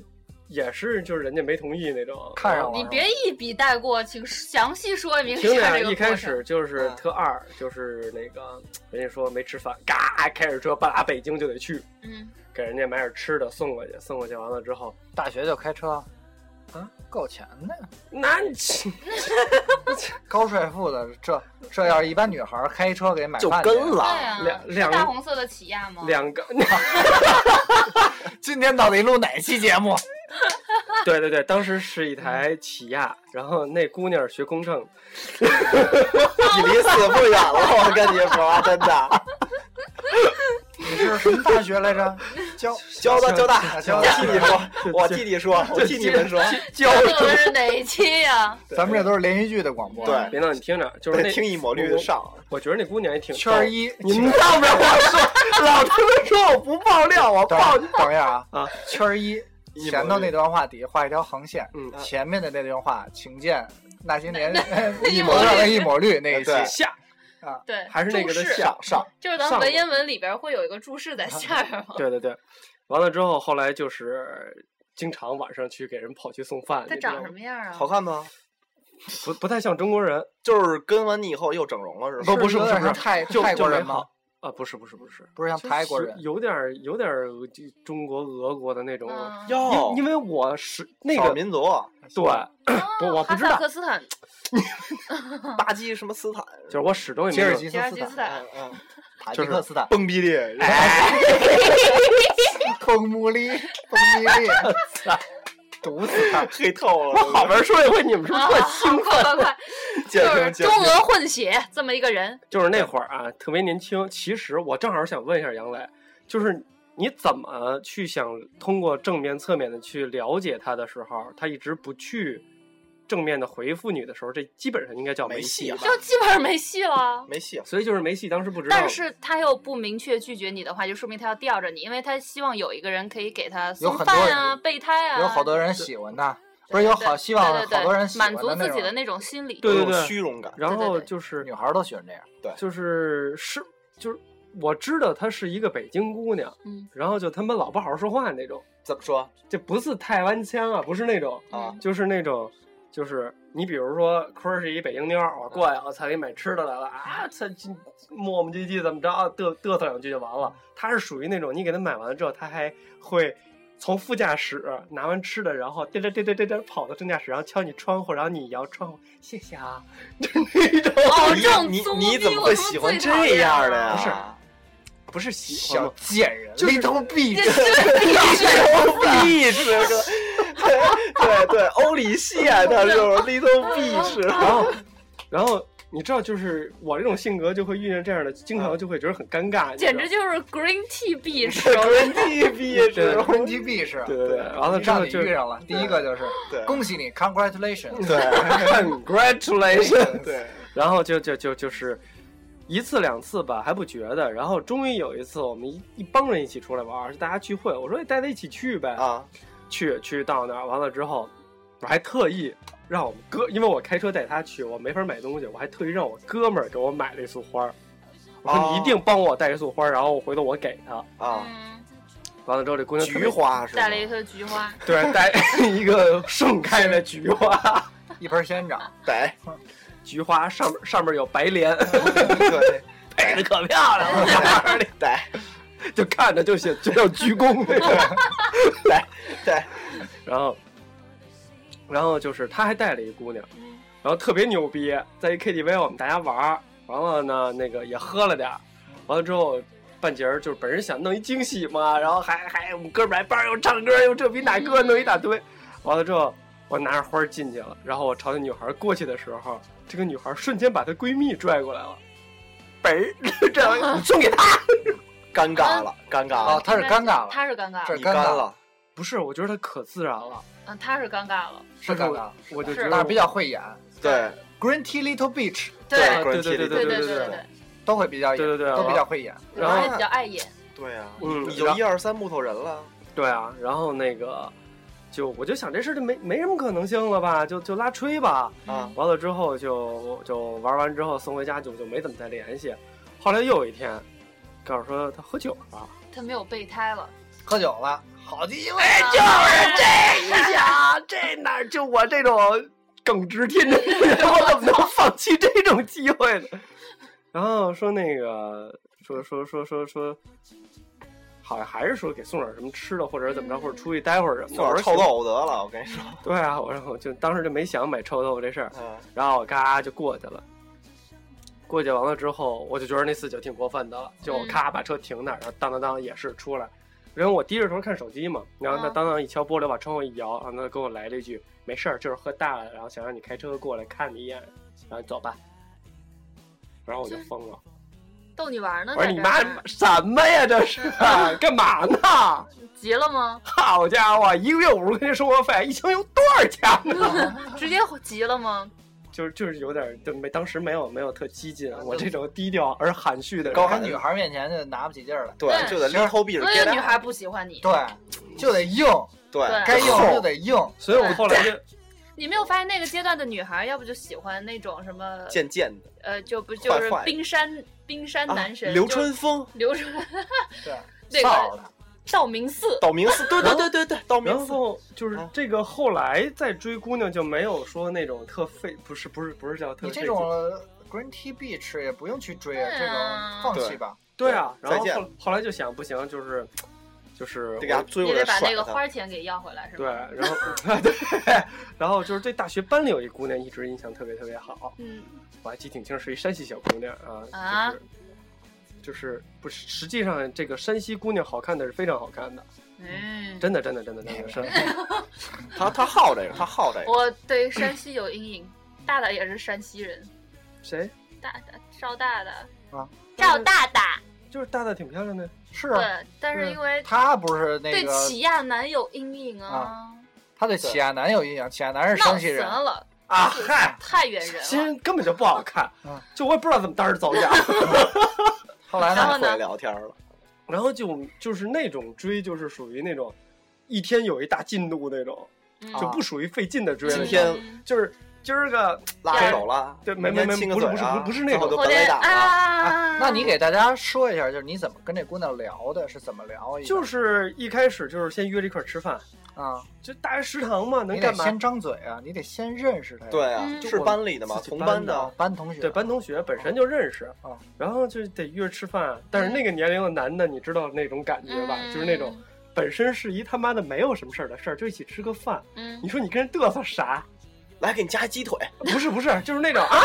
Speaker 6: 也是就是人家没同意那种。
Speaker 5: 看上我
Speaker 3: 你
Speaker 5: 了
Speaker 3: 别一笔带过，请详细说明
Speaker 6: 听
Speaker 3: 一下
Speaker 6: 着
Speaker 3: 这个
Speaker 6: 一
Speaker 3: 过
Speaker 6: 开
Speaker 3: 程。
Speaker 6: 始就是
Speaker 5: 嗯
Speaker 6: 特二，就是那个人家说没吃饭，嘎开着车巴拉北京就得去，
Speaker 3: 嗯，
Speaker 6: 给人家买点吃的送过去，送过去完了之后，
Speaker 5: 大学就开车，啊，够钱的，
Speaker 6: 那
Speaker 3: 嗯
Speaker 6: 你去
Speaker 5: 高帅富的，这这要是一般女孩儿开车给买
Speaker 4: 就
Speaker 5: 饭去
Speaker 4: 跟
Speaker 3: 对
Speaker 4: 了，
Speaker 3: 啊，
Speaker 6: 两
Speaker 3: 是
Speaker 6: 两
Speaker 3: 大红色的起亚吗？
Speaker 6: 两个，
Speaker 5: 今天到底录哪期节目？
Speaker 6: 对对对，当时是一台起亚，然后那姑娘是学工程，
Speaker 4: 你离死不远了。我跟你说，真的，
Speaker 5: 你是什么大学来着？交
Speaker 4: 交大交大，
Speaker 5: 交
Speaker 4: 我
Speaker 5: 大
Speaker 4: 替你说，我替你说，我替你们说，
Speaker 6: 教
Speaker 3: 这个是哪一期呀？
Speaker 5: 咱们这都是连续剧的广播。
Speaker 4: 对
Speaker 6: 别闹，你听着，就是那
Speaker 4: 听一抹绿的上。
Speaker 6: 我觉得那姑娘也 挺
Speaker 5: 圈
Speaker 6: 逗
Speaker 5: 儿
Speaker 6: 的
Speaker 5: 一，
Speaker 6: 你们让不让我说？老他妈说我不爆料，我
Speaker 5: 等
Speaker 6: 爆。
Speaker 5: 等一下啊
Speaker 6: 啊！
Speaker 5: 圈儿 一
Speaker 4: 一
Speaker 5: 前头那段话底下画一条横线，
Speaker 6: 嗯
Speaker 5: 前面的那段话，请见那些年
Speaker 3: 一
Speaker 5: 抹
Speaker 3: 抹
Speaker 5: 亮的
Speaker 3: 绿
Speaker 5: 一抹绿
Speaker 6: 哎
Speaker 5: 那一期
Speaker 4: 对
Speaker 6: 下
Speaker 5: 啊。
Speaker 3: 对，
Speaker 6: 还是那个的
Speaker 3: 注释
Speaker 6: 下上，
Speaker 3: 就是咱
Speaker 6: 上
Speaker 3: 们文言文里边会有一个注释在下边吗？
Speaker 6: 对对对，完了之后，后来就是经常晚上去给人跑去送饭，
Speaker 3: 他
Speaker 6: 你知道
Speaker 3: 长
Speaker 6: 吗
Speaker 3: 什么样啊？
Speaker 4: 好看吗？
Speaker 6: 不不太像中国人，
Speaker 4: 就是跟完你以后又整容了是吧？
Speaker 6: 不不是
Speaker 5: 有
Speaker 6: 不是
Speaker 5: 点
Speaker 6: 不是
Speaker 5: 像泰
Speaker 6: 就
Speaker 5: 泰
Speaker 6: 就
Speaker 5: 国
Speaker 6: 没
Speaker 5: 人吗
Speaker 6: 好？啊，不是不是不是，
Speaker 5: 不是像
Speaker 6: 就是
Speaker 5: 泰国人，
Speaker 6: 有点儿有点儿就中国俄国的那种，
Speaker 3: 嗯，
Speaker 4: 哟
Speaker 6: 因因为我是那
Speaker 4: 少
Speaker 6: 个
Speaker 4: 民族，
Speaker 5: 嗯
Speaker 6: 对，不我不
Speaker 3: 哈
Speaker 6: 知道
Speaker 3: 萨克斯坦、
Speaker 4: 巴基什么斯坦，
Speaker 6: 就是我始终也
Speaker 5: 吉
Speaker 6: 没
Speaker 5: 尔
Speaker 6: 有
Speaker 5: 吉
Speaker 3: 吉尔
Speaker 5: 斯斯
Speaker 3: 吉斯
Speaker 5: 坦、
Speaker 3: 坦，
Speaker 4: 嗯，
Speaker 5: 塔吉克斯坦、
Speaker 4: 蹦逼的，
Speaker 5: 彭木利、彭 米利，毒死他！
Speaker 4: 黑透
Speaker 6: 我好
Speaker 4: 了，
Speaker 6: 玩说一回，你们是不是
Speaker 3: 啊，
Speaker 6: 特
Speaker 3: 好快快快，就
Speaker 4: 健
Speaker 3: 是
Speaker 4: 身健
Speaker 3: 中
Speaker 4: 身，
Speaker 3: 俄混血这么一个人，
Speaker 6: 就是那会儿啊，特别年轻。其实我正好想问一下杨磊，就是你怎么去想通过正面、侧面的去了解他的时候，他一直不去正面的回复你的时候，这基本上应该叫
Speaker 4: 没
Speaker 6: 戏
Speaker 4: 戏
Speaker 6: 吧
Speaker 4: 了？
Speaker 3: 就基本上没戏了。
Speaker 4: 没戏，
Speaker 6: 所以就是没戏，当时不知道。
Speaker 3: 但是他又不明确拒绝你的话，就说明他要吊着你，因为他希望有一个人可以给他
Speaker 5: 有
Speaker 3: 送
Speaker 5: 很多
Speaker 3: 饭
Speaker 5: 人
Speaker 3: 啊、备胎啊，
Speaker 5: 有好多人喜欢他，不是
Speaker 3: 对
Speaker 5: 有
Speaker 3: 对
Speaker 5: 好希望
Speaker 3: 对对对
Speaker 5: 好多人喜欢
Speaker 3: 满足
Speaker 5: 那
Speaker 3: 自己的
Speaker 5: 种哦
Speaker 3: 那种心理。
Speaker 6: 对对
Speaker 4: 有
Speaker 6: 对
Speaker 4: 虚荣感，
Speaker 6: 然后
Speaker 3: 对对对
Speaker 6: 就是
Speaker 5: 女孩儿都喜欢这样。
Speaker 6: 就是是就是我知道她是一个北京姑娘，
Speaker 3: 嗯
Speaker 6: 然后就他妈老不好好说话那种，
Speaker 4: 怎么说
Speaker 6: 这不是台湾腔啊，不是那种。
Speaker 5: 嗯
Speaker 4: 啊？
Speaker 6: 就是那种，就是你比如说坤儿是一北京妞儿，我过来我操给你买吃的来了啊，操这磨磨唧唧怎么着啊嘚嘚瑟两句就完了。他是属于那种你给他买完了之后，他还会从副驾驶拿完吃的，然后颠颠颠颠颠颠跑到正驾驶，然后敲你窗户，然后你摇窗户，谢谢啊，就是那种
Speaker 3: 哦，
Speaker 4: 你
Speaker 3: 这种
Speaker 4: 你
Speaker 3: 租
Speaker 4: 你
Speaker 3: 逼
Speaker 4: 怎么
Speaker 3: 我
Speaker 4: 会
Speaker 3: 他妈
Speaker 4: 喜欢
Speaker 3: 最
Speaker 4: 这
Speaker 3: 讨厌
Speaker 4: 样的
Speaker 3: 了
Speaker 4: 呀？
Speaker 6: 不是不是喜欢
Speaker 5: 小
Speaker 6: 吗？
Speaker 5: 贱人
Speaker 6: 啊就是
Speaker 5: ，Little B，
Speaker 3: 这是
Speaker 4: 必是个，对对对，欧里谢他就是 little 必是，
Speaker 6: 然后，然后你知道，就是我这种性格就会遇见这样的，经
Speaker 5: 嗯
Speaker 6: 常就会觉得很尴尬，
Speaker 3: 简直就是 green tea beach，
Speaker 6: 滚地逼，
Speaker 5: 这
Speaker 6: 对
Speaker 5: 是婚机必是。
Speaker 6: 对对对，完了之
Speaker 5: 让
Speaker 6: 后
Speaker 5: 你
Speaker 6: 就
Speaker 5: 遇上了，第一个就是
Speaker 4: 对
Speaker 5: 恭喜你，congratulations。
Speaker 6: 对，congratulation，对， 然后就就就就是一次两次吧，还不觉得，然后终于有一次我们一一帮人一起出来玩，是大家聚会，我说哎大家一起去呗，
Speaker 4: 啊，
Speaker 6: 去去到那儿，完了之后，我还特意让我们哥，因为我开车带他去，我没法买东西，我还特意让我哥们儿给我买了一束花儿。我说
Speaker 4: 哦
Speaker 6: 你一定帮我带一束花儿，然后我回头我给他。
Speaker 4: 啊，
Speaker 3: 嗯，
Speaker 6: 完了之后，这姑娘特
Speaker 4: 菊
Speaker 6: 别
Speaker 4: 花是吗
Speaker 3: 带了一颗菊花，
Speaker 6: 对带一个盛开的菊花，
Speaker 5: 一盆仙人掌，
Speaker 4: 白，
Speaker 6: 菊花上面上面有白莲，
Speaker 4: 对，
Speaker 6: 配的可漂亮了，我告诉你
Speaker 4: 对，
Speaker 6: 就看着就像就像鞠躬那种。
Speaker 4: 对，对，
Speaker 6: 然后，然后就是他还带了一姑娘，然后特别牛逼，在一 KTV 我们大家玩儿，完了呢那个也喝了点儿，完了之后半截儿就是本身想弄一惊喜嘛，然后还还我们哥们儿来班儿又唱歌又这比那歌弄一大堆，完了之后我拿着花儿进去了，然后我朝那女孩儿过去的时候，这个女孩儿瞬间把她闺蜜拽过来了，本儿 这样你送给她，
Speaker 4: 尴尬了，尴尬
Speaker 5: 哦，
Speaker 4: 了，
Speaker 5: 他是尴尬了，
Speaker 3: 他是尴尬
Speaker 5: 这
Speaker 3: 了，
Speaker 4: 你干了，
Speaker 6: 不是，我觉得她可自然了，
Speaker 3: 嗯，他是尴尬了，
Speaker 5: 是尴尬了，
Speaker 6: 我就觉
Speaker 3: 是
Speaker 6: 得
Speaker 5: 但
Speaker 6: 我
Speaker 5: 是比较会演。
Speaker 4: 对，
Speaker 5: Green Tea Little Beach
Speaker 6: 对对
Speaker 3: 对
Speaker 6: 对对对
Speaker 3: 对对
Speaker 6: 对。
Speaker 3: 对，
Speaker 5: 都会比较演，
Speaker 6: 对对对
Speaker 5: 都比较会演。
Speaker 6: 然
Speaker 3: 而且
Speaker 6: 后
Speaker 3: 比较碍眼，
Speaker 4: 对啊，
Speaker 6: 嗯
Speaker 4: 你就一二三木头人了，
Speaker 6: 对啊，然后那个就我就想这事儿就没没什么可能性了吧，就就拉吹吧。
Speaker 4: 啊，
Speaker 6: 完了之后就就玩完之后送回家就就没怎么再联系。后来又有一天，告诉说他喝酒了，
Speaker 3: 他没有备胎了，
Speaker 5: 喝酒了，好啊机会，
Speaker 6: 哎 就是这一下，这哪儿就我这种耿直天真的人，我怎么能放弃这种机会呢？然后说那个说说说说说，好像还是说给送点什么吃的，或者是怎么着，或者出去待会儿什么的。
Speaker 4: 做
Speaker 6: 我
Speaker 4: 点
Speaker 6: 说
Speaker 4: 臭
Speaker 6: 行
Speaker 4: 豆腐得了，我跟你说，
Speaker 6: 对啊，我说我就当时就没想买臭豆腐这事儿，
Speaker 4: 嗯，
Speaker 6: 然后我嘎就过去了。过去完了之后，我就觉得那次就挺过分的了，
Speaker 3: 嗯
Speaker 6: 就我咔把车停那儿，然后当当当也是出来，因为我低着头看手机嘛，然后他
Speaker 3: 嗯
Speaker 6: 当当一敲玻璃，把窗户一摇，然后他跟我来了一句：“没事儿，就是喝大了，然后想让你开车过来看你一眼，然后走吧。”然后我就疯了，
Speaker 3: 逗你玩呢，
Speaker 6: 我说
Speaker 3: 在
Speaker 6: 你
Speaker 3: 这
Speaker 6: 妈
Speaker 3: 嗯儿嗯
Speaker 6: 什么呀这是干嘛呢？
Speaker 3: 急了吗？
Speaker 6: 好家伙，一个月五十块钱生活费，一星用多少钱啊呢？
Speaker 3: 直接急了吗？
Speaker 6: 就是就是有点儿就没当时没有没有特激进，我这种低调而含蓄的人
Speaker 4: 嗯高
Speaker 5: 在
Speaker 4: 喊
Speaker 5: 女孩面前就拿不起劲儿了。
Speaker 4: 对，
Speaker 3: 对
Speaker 4: 就得拎后壁着
Speaker 3: 所
Speaker 4: 憋
Speaker 3: 有
Speaker 4: 大
Speaker 3: 哎女孩不喜欢你，
Speaker 5: 对，就得 硬，
Speaker 4: 对
Speaker 3: 对
Speaker 5: 该硬
Speaker 4: 厚
Speaker 5: 就得硬。
Speaker 6: 所以我后来就
Speaker 3: 你没有发现那个阶段的女孩，要不就喜欢那种什么，
Speaker 4: 渐渐的，
Speaker 3: 呃，就不就是
Speaker 4: 坏坏
Speaker 3: 冰山冰山男神、
Speaker 4: 啊刘
Speaker 3: 就
Speaker 4: 春风，
Speaker 3: 刘春
Speaker 5: 对，
Speaker 3: 那
Speaker 5: 臊
Speaker 3: 个
Speaker 5: 的。
Speaker 3: 道明寺，
Speaker 4: 道明寺，对对对对对，道明
Speaker 6: 然
Speaker 4: 寺，
Speaker 6: 后就是
Speaker 4: 嗯
Speaker 6: 这个后来再追姑娘就没有说那种特费，不是不是不是叫特
Speaker 5: 你
Speaker 6: 费
Speaker 5: 这
Speaker 6: 劲
Speaker 5: 种 Green Tea Beach 也不用去追啊，这
Speaker 3: 对
Speaker 5: 种
Speaker 3: 啊
Speaker 5: 放弃吧。
Speaker 6: 对啊，
Speaker 4: 再
Speaker 6: 然后
Speaker 4: 见啊
Speaker 6: 后后来就想不行，就是就是
Speaker 4: 得给他
Speaker 6: 我
Speaker 4: 追
Speaker 3: 你
Speaker 4: 过来
Speaker 3: 得把
Speaker 4: 甩
Speaker 3: 那个
Speaker 4: 他
Speaker 3: 花钱给要回来是
Speaker 6: 对，
Speaker 3: 吧？
Speaker 6: 然后 对，然后就是对大学班里有一姑娘一直印象特别特别好，
Speaker 3: 嗯，
Speaker 6: 我还记挺清，是一山西小姑娘啊，
Speaker 3: 啊
Speaker 6: 就是就是不是实际上这个山西姑娘好看的是非常好看的。
Speaker 3: 嗯，
Speaker 6: 真的，真的，真的，真 的是。
Speaker 4: 他他好这个，他好这个，
Speaker 3: 我对山西有阴影，大大也是山西人，
Speaker 6: 谁？
Speaker 3: 大大赵大大
Speaker 5: 啊，
Speaker 3: 赵大大，
Speaker 6: 就是大大挺漂亮的，
Speaker 5: 是啊，
Speaker 3: 对，但是因为
Speaker 5: 他不是那
Speaker 3: 对
Speaker 5: 个，
Speaker 3: 起亚男有阴影啊，
Speaker 5: 他对起亚男有印象，起亚男是
Speaker 3: 闹
Speaker 5: 山西
Speaker 3: 神
Speaker 5: 人。
Speaker 3: 了，
Speaker 6: 啊嗨，
Speaker 3: 太原人
Speaker 4: 啊
Speaker 6: 其
Speaker 3: 了。
Speaker 6: 实根本就不好看
Speaker 5: 嗯，
Speaker 6: 就我也不知道怎么当时走眼儿。
Speaker 5: 后来
Speaker 3: 然
Speaker 5: 呢
Speaker 3: 后？呢
Speaker 4: 会聊天了，
Speaker 6: 然后就就是那种追，就是属于那种一天有一大进度那种，
Speaker 3: 嗯
Speaker 6: 就不属于费劲的追了。
Speaker 4: 啊今天
Speaker 6: 就是今儿个
Speaker 4: 拉
Speaker 6: 对
Speaker 4: 手了，
Speaker 6: 对没
Speaker 4: 明天
Speaker 6: 没没
Speaker 4: 亲个
Speaker 6: 不是
Speaker 4: 嘴啊
Speaker 6: 不是不是那
Speaker 4: 然
Speaker 6: 种
Speaker 4: 后就
Speaker 3: 后
Speaker 4: 本垒
Speaker 3: 天
Speaker 4: 打了，
Speaker 3: 啊，
Speaker 5: 那你给大家说一下，就是你怎么跟这姑娘聊的，是怎么聊一下？
Speaker 6: 就是一开始就是先约着一块儿吃饭，
Speaker 5: 啊，
Speaker 6: 就大学食堂嘛，能
Speaker 5: 你得
Speaker 6: 干嘛？
Speaker 5: 先张嘴啊，你得先认识她呀。
Speaker 4: 对啊，
Speaker 3: 嗯
Speaker 4: 是班里的嘛，
Speaker 6: 自己
Speaker 4: 同
Speaker 6: 班
Speaker 4: 班
Speaker 6: 的
Speaker 4: 的
Speaker 5: 啊，，班同学。
Speaker 6: 对，班同学本身就认识，
Speaker 5: 哦
Speaker 6: 然后就得约着吃饭。但是那个年龄的男的，你知道那种感觉吧？
Speaker 4: 嗯
Speaker 6: 就是那种本身是一他妈的没有什么事儿的事儿，就一起吃个饭。
Speaker 3: 嗯，
Speaker 6: 你说你跟人嘚瑟啥？
Speaker 4: 来给你夹鸡腿，
Speaker 6: 不是不是，就是那种啊，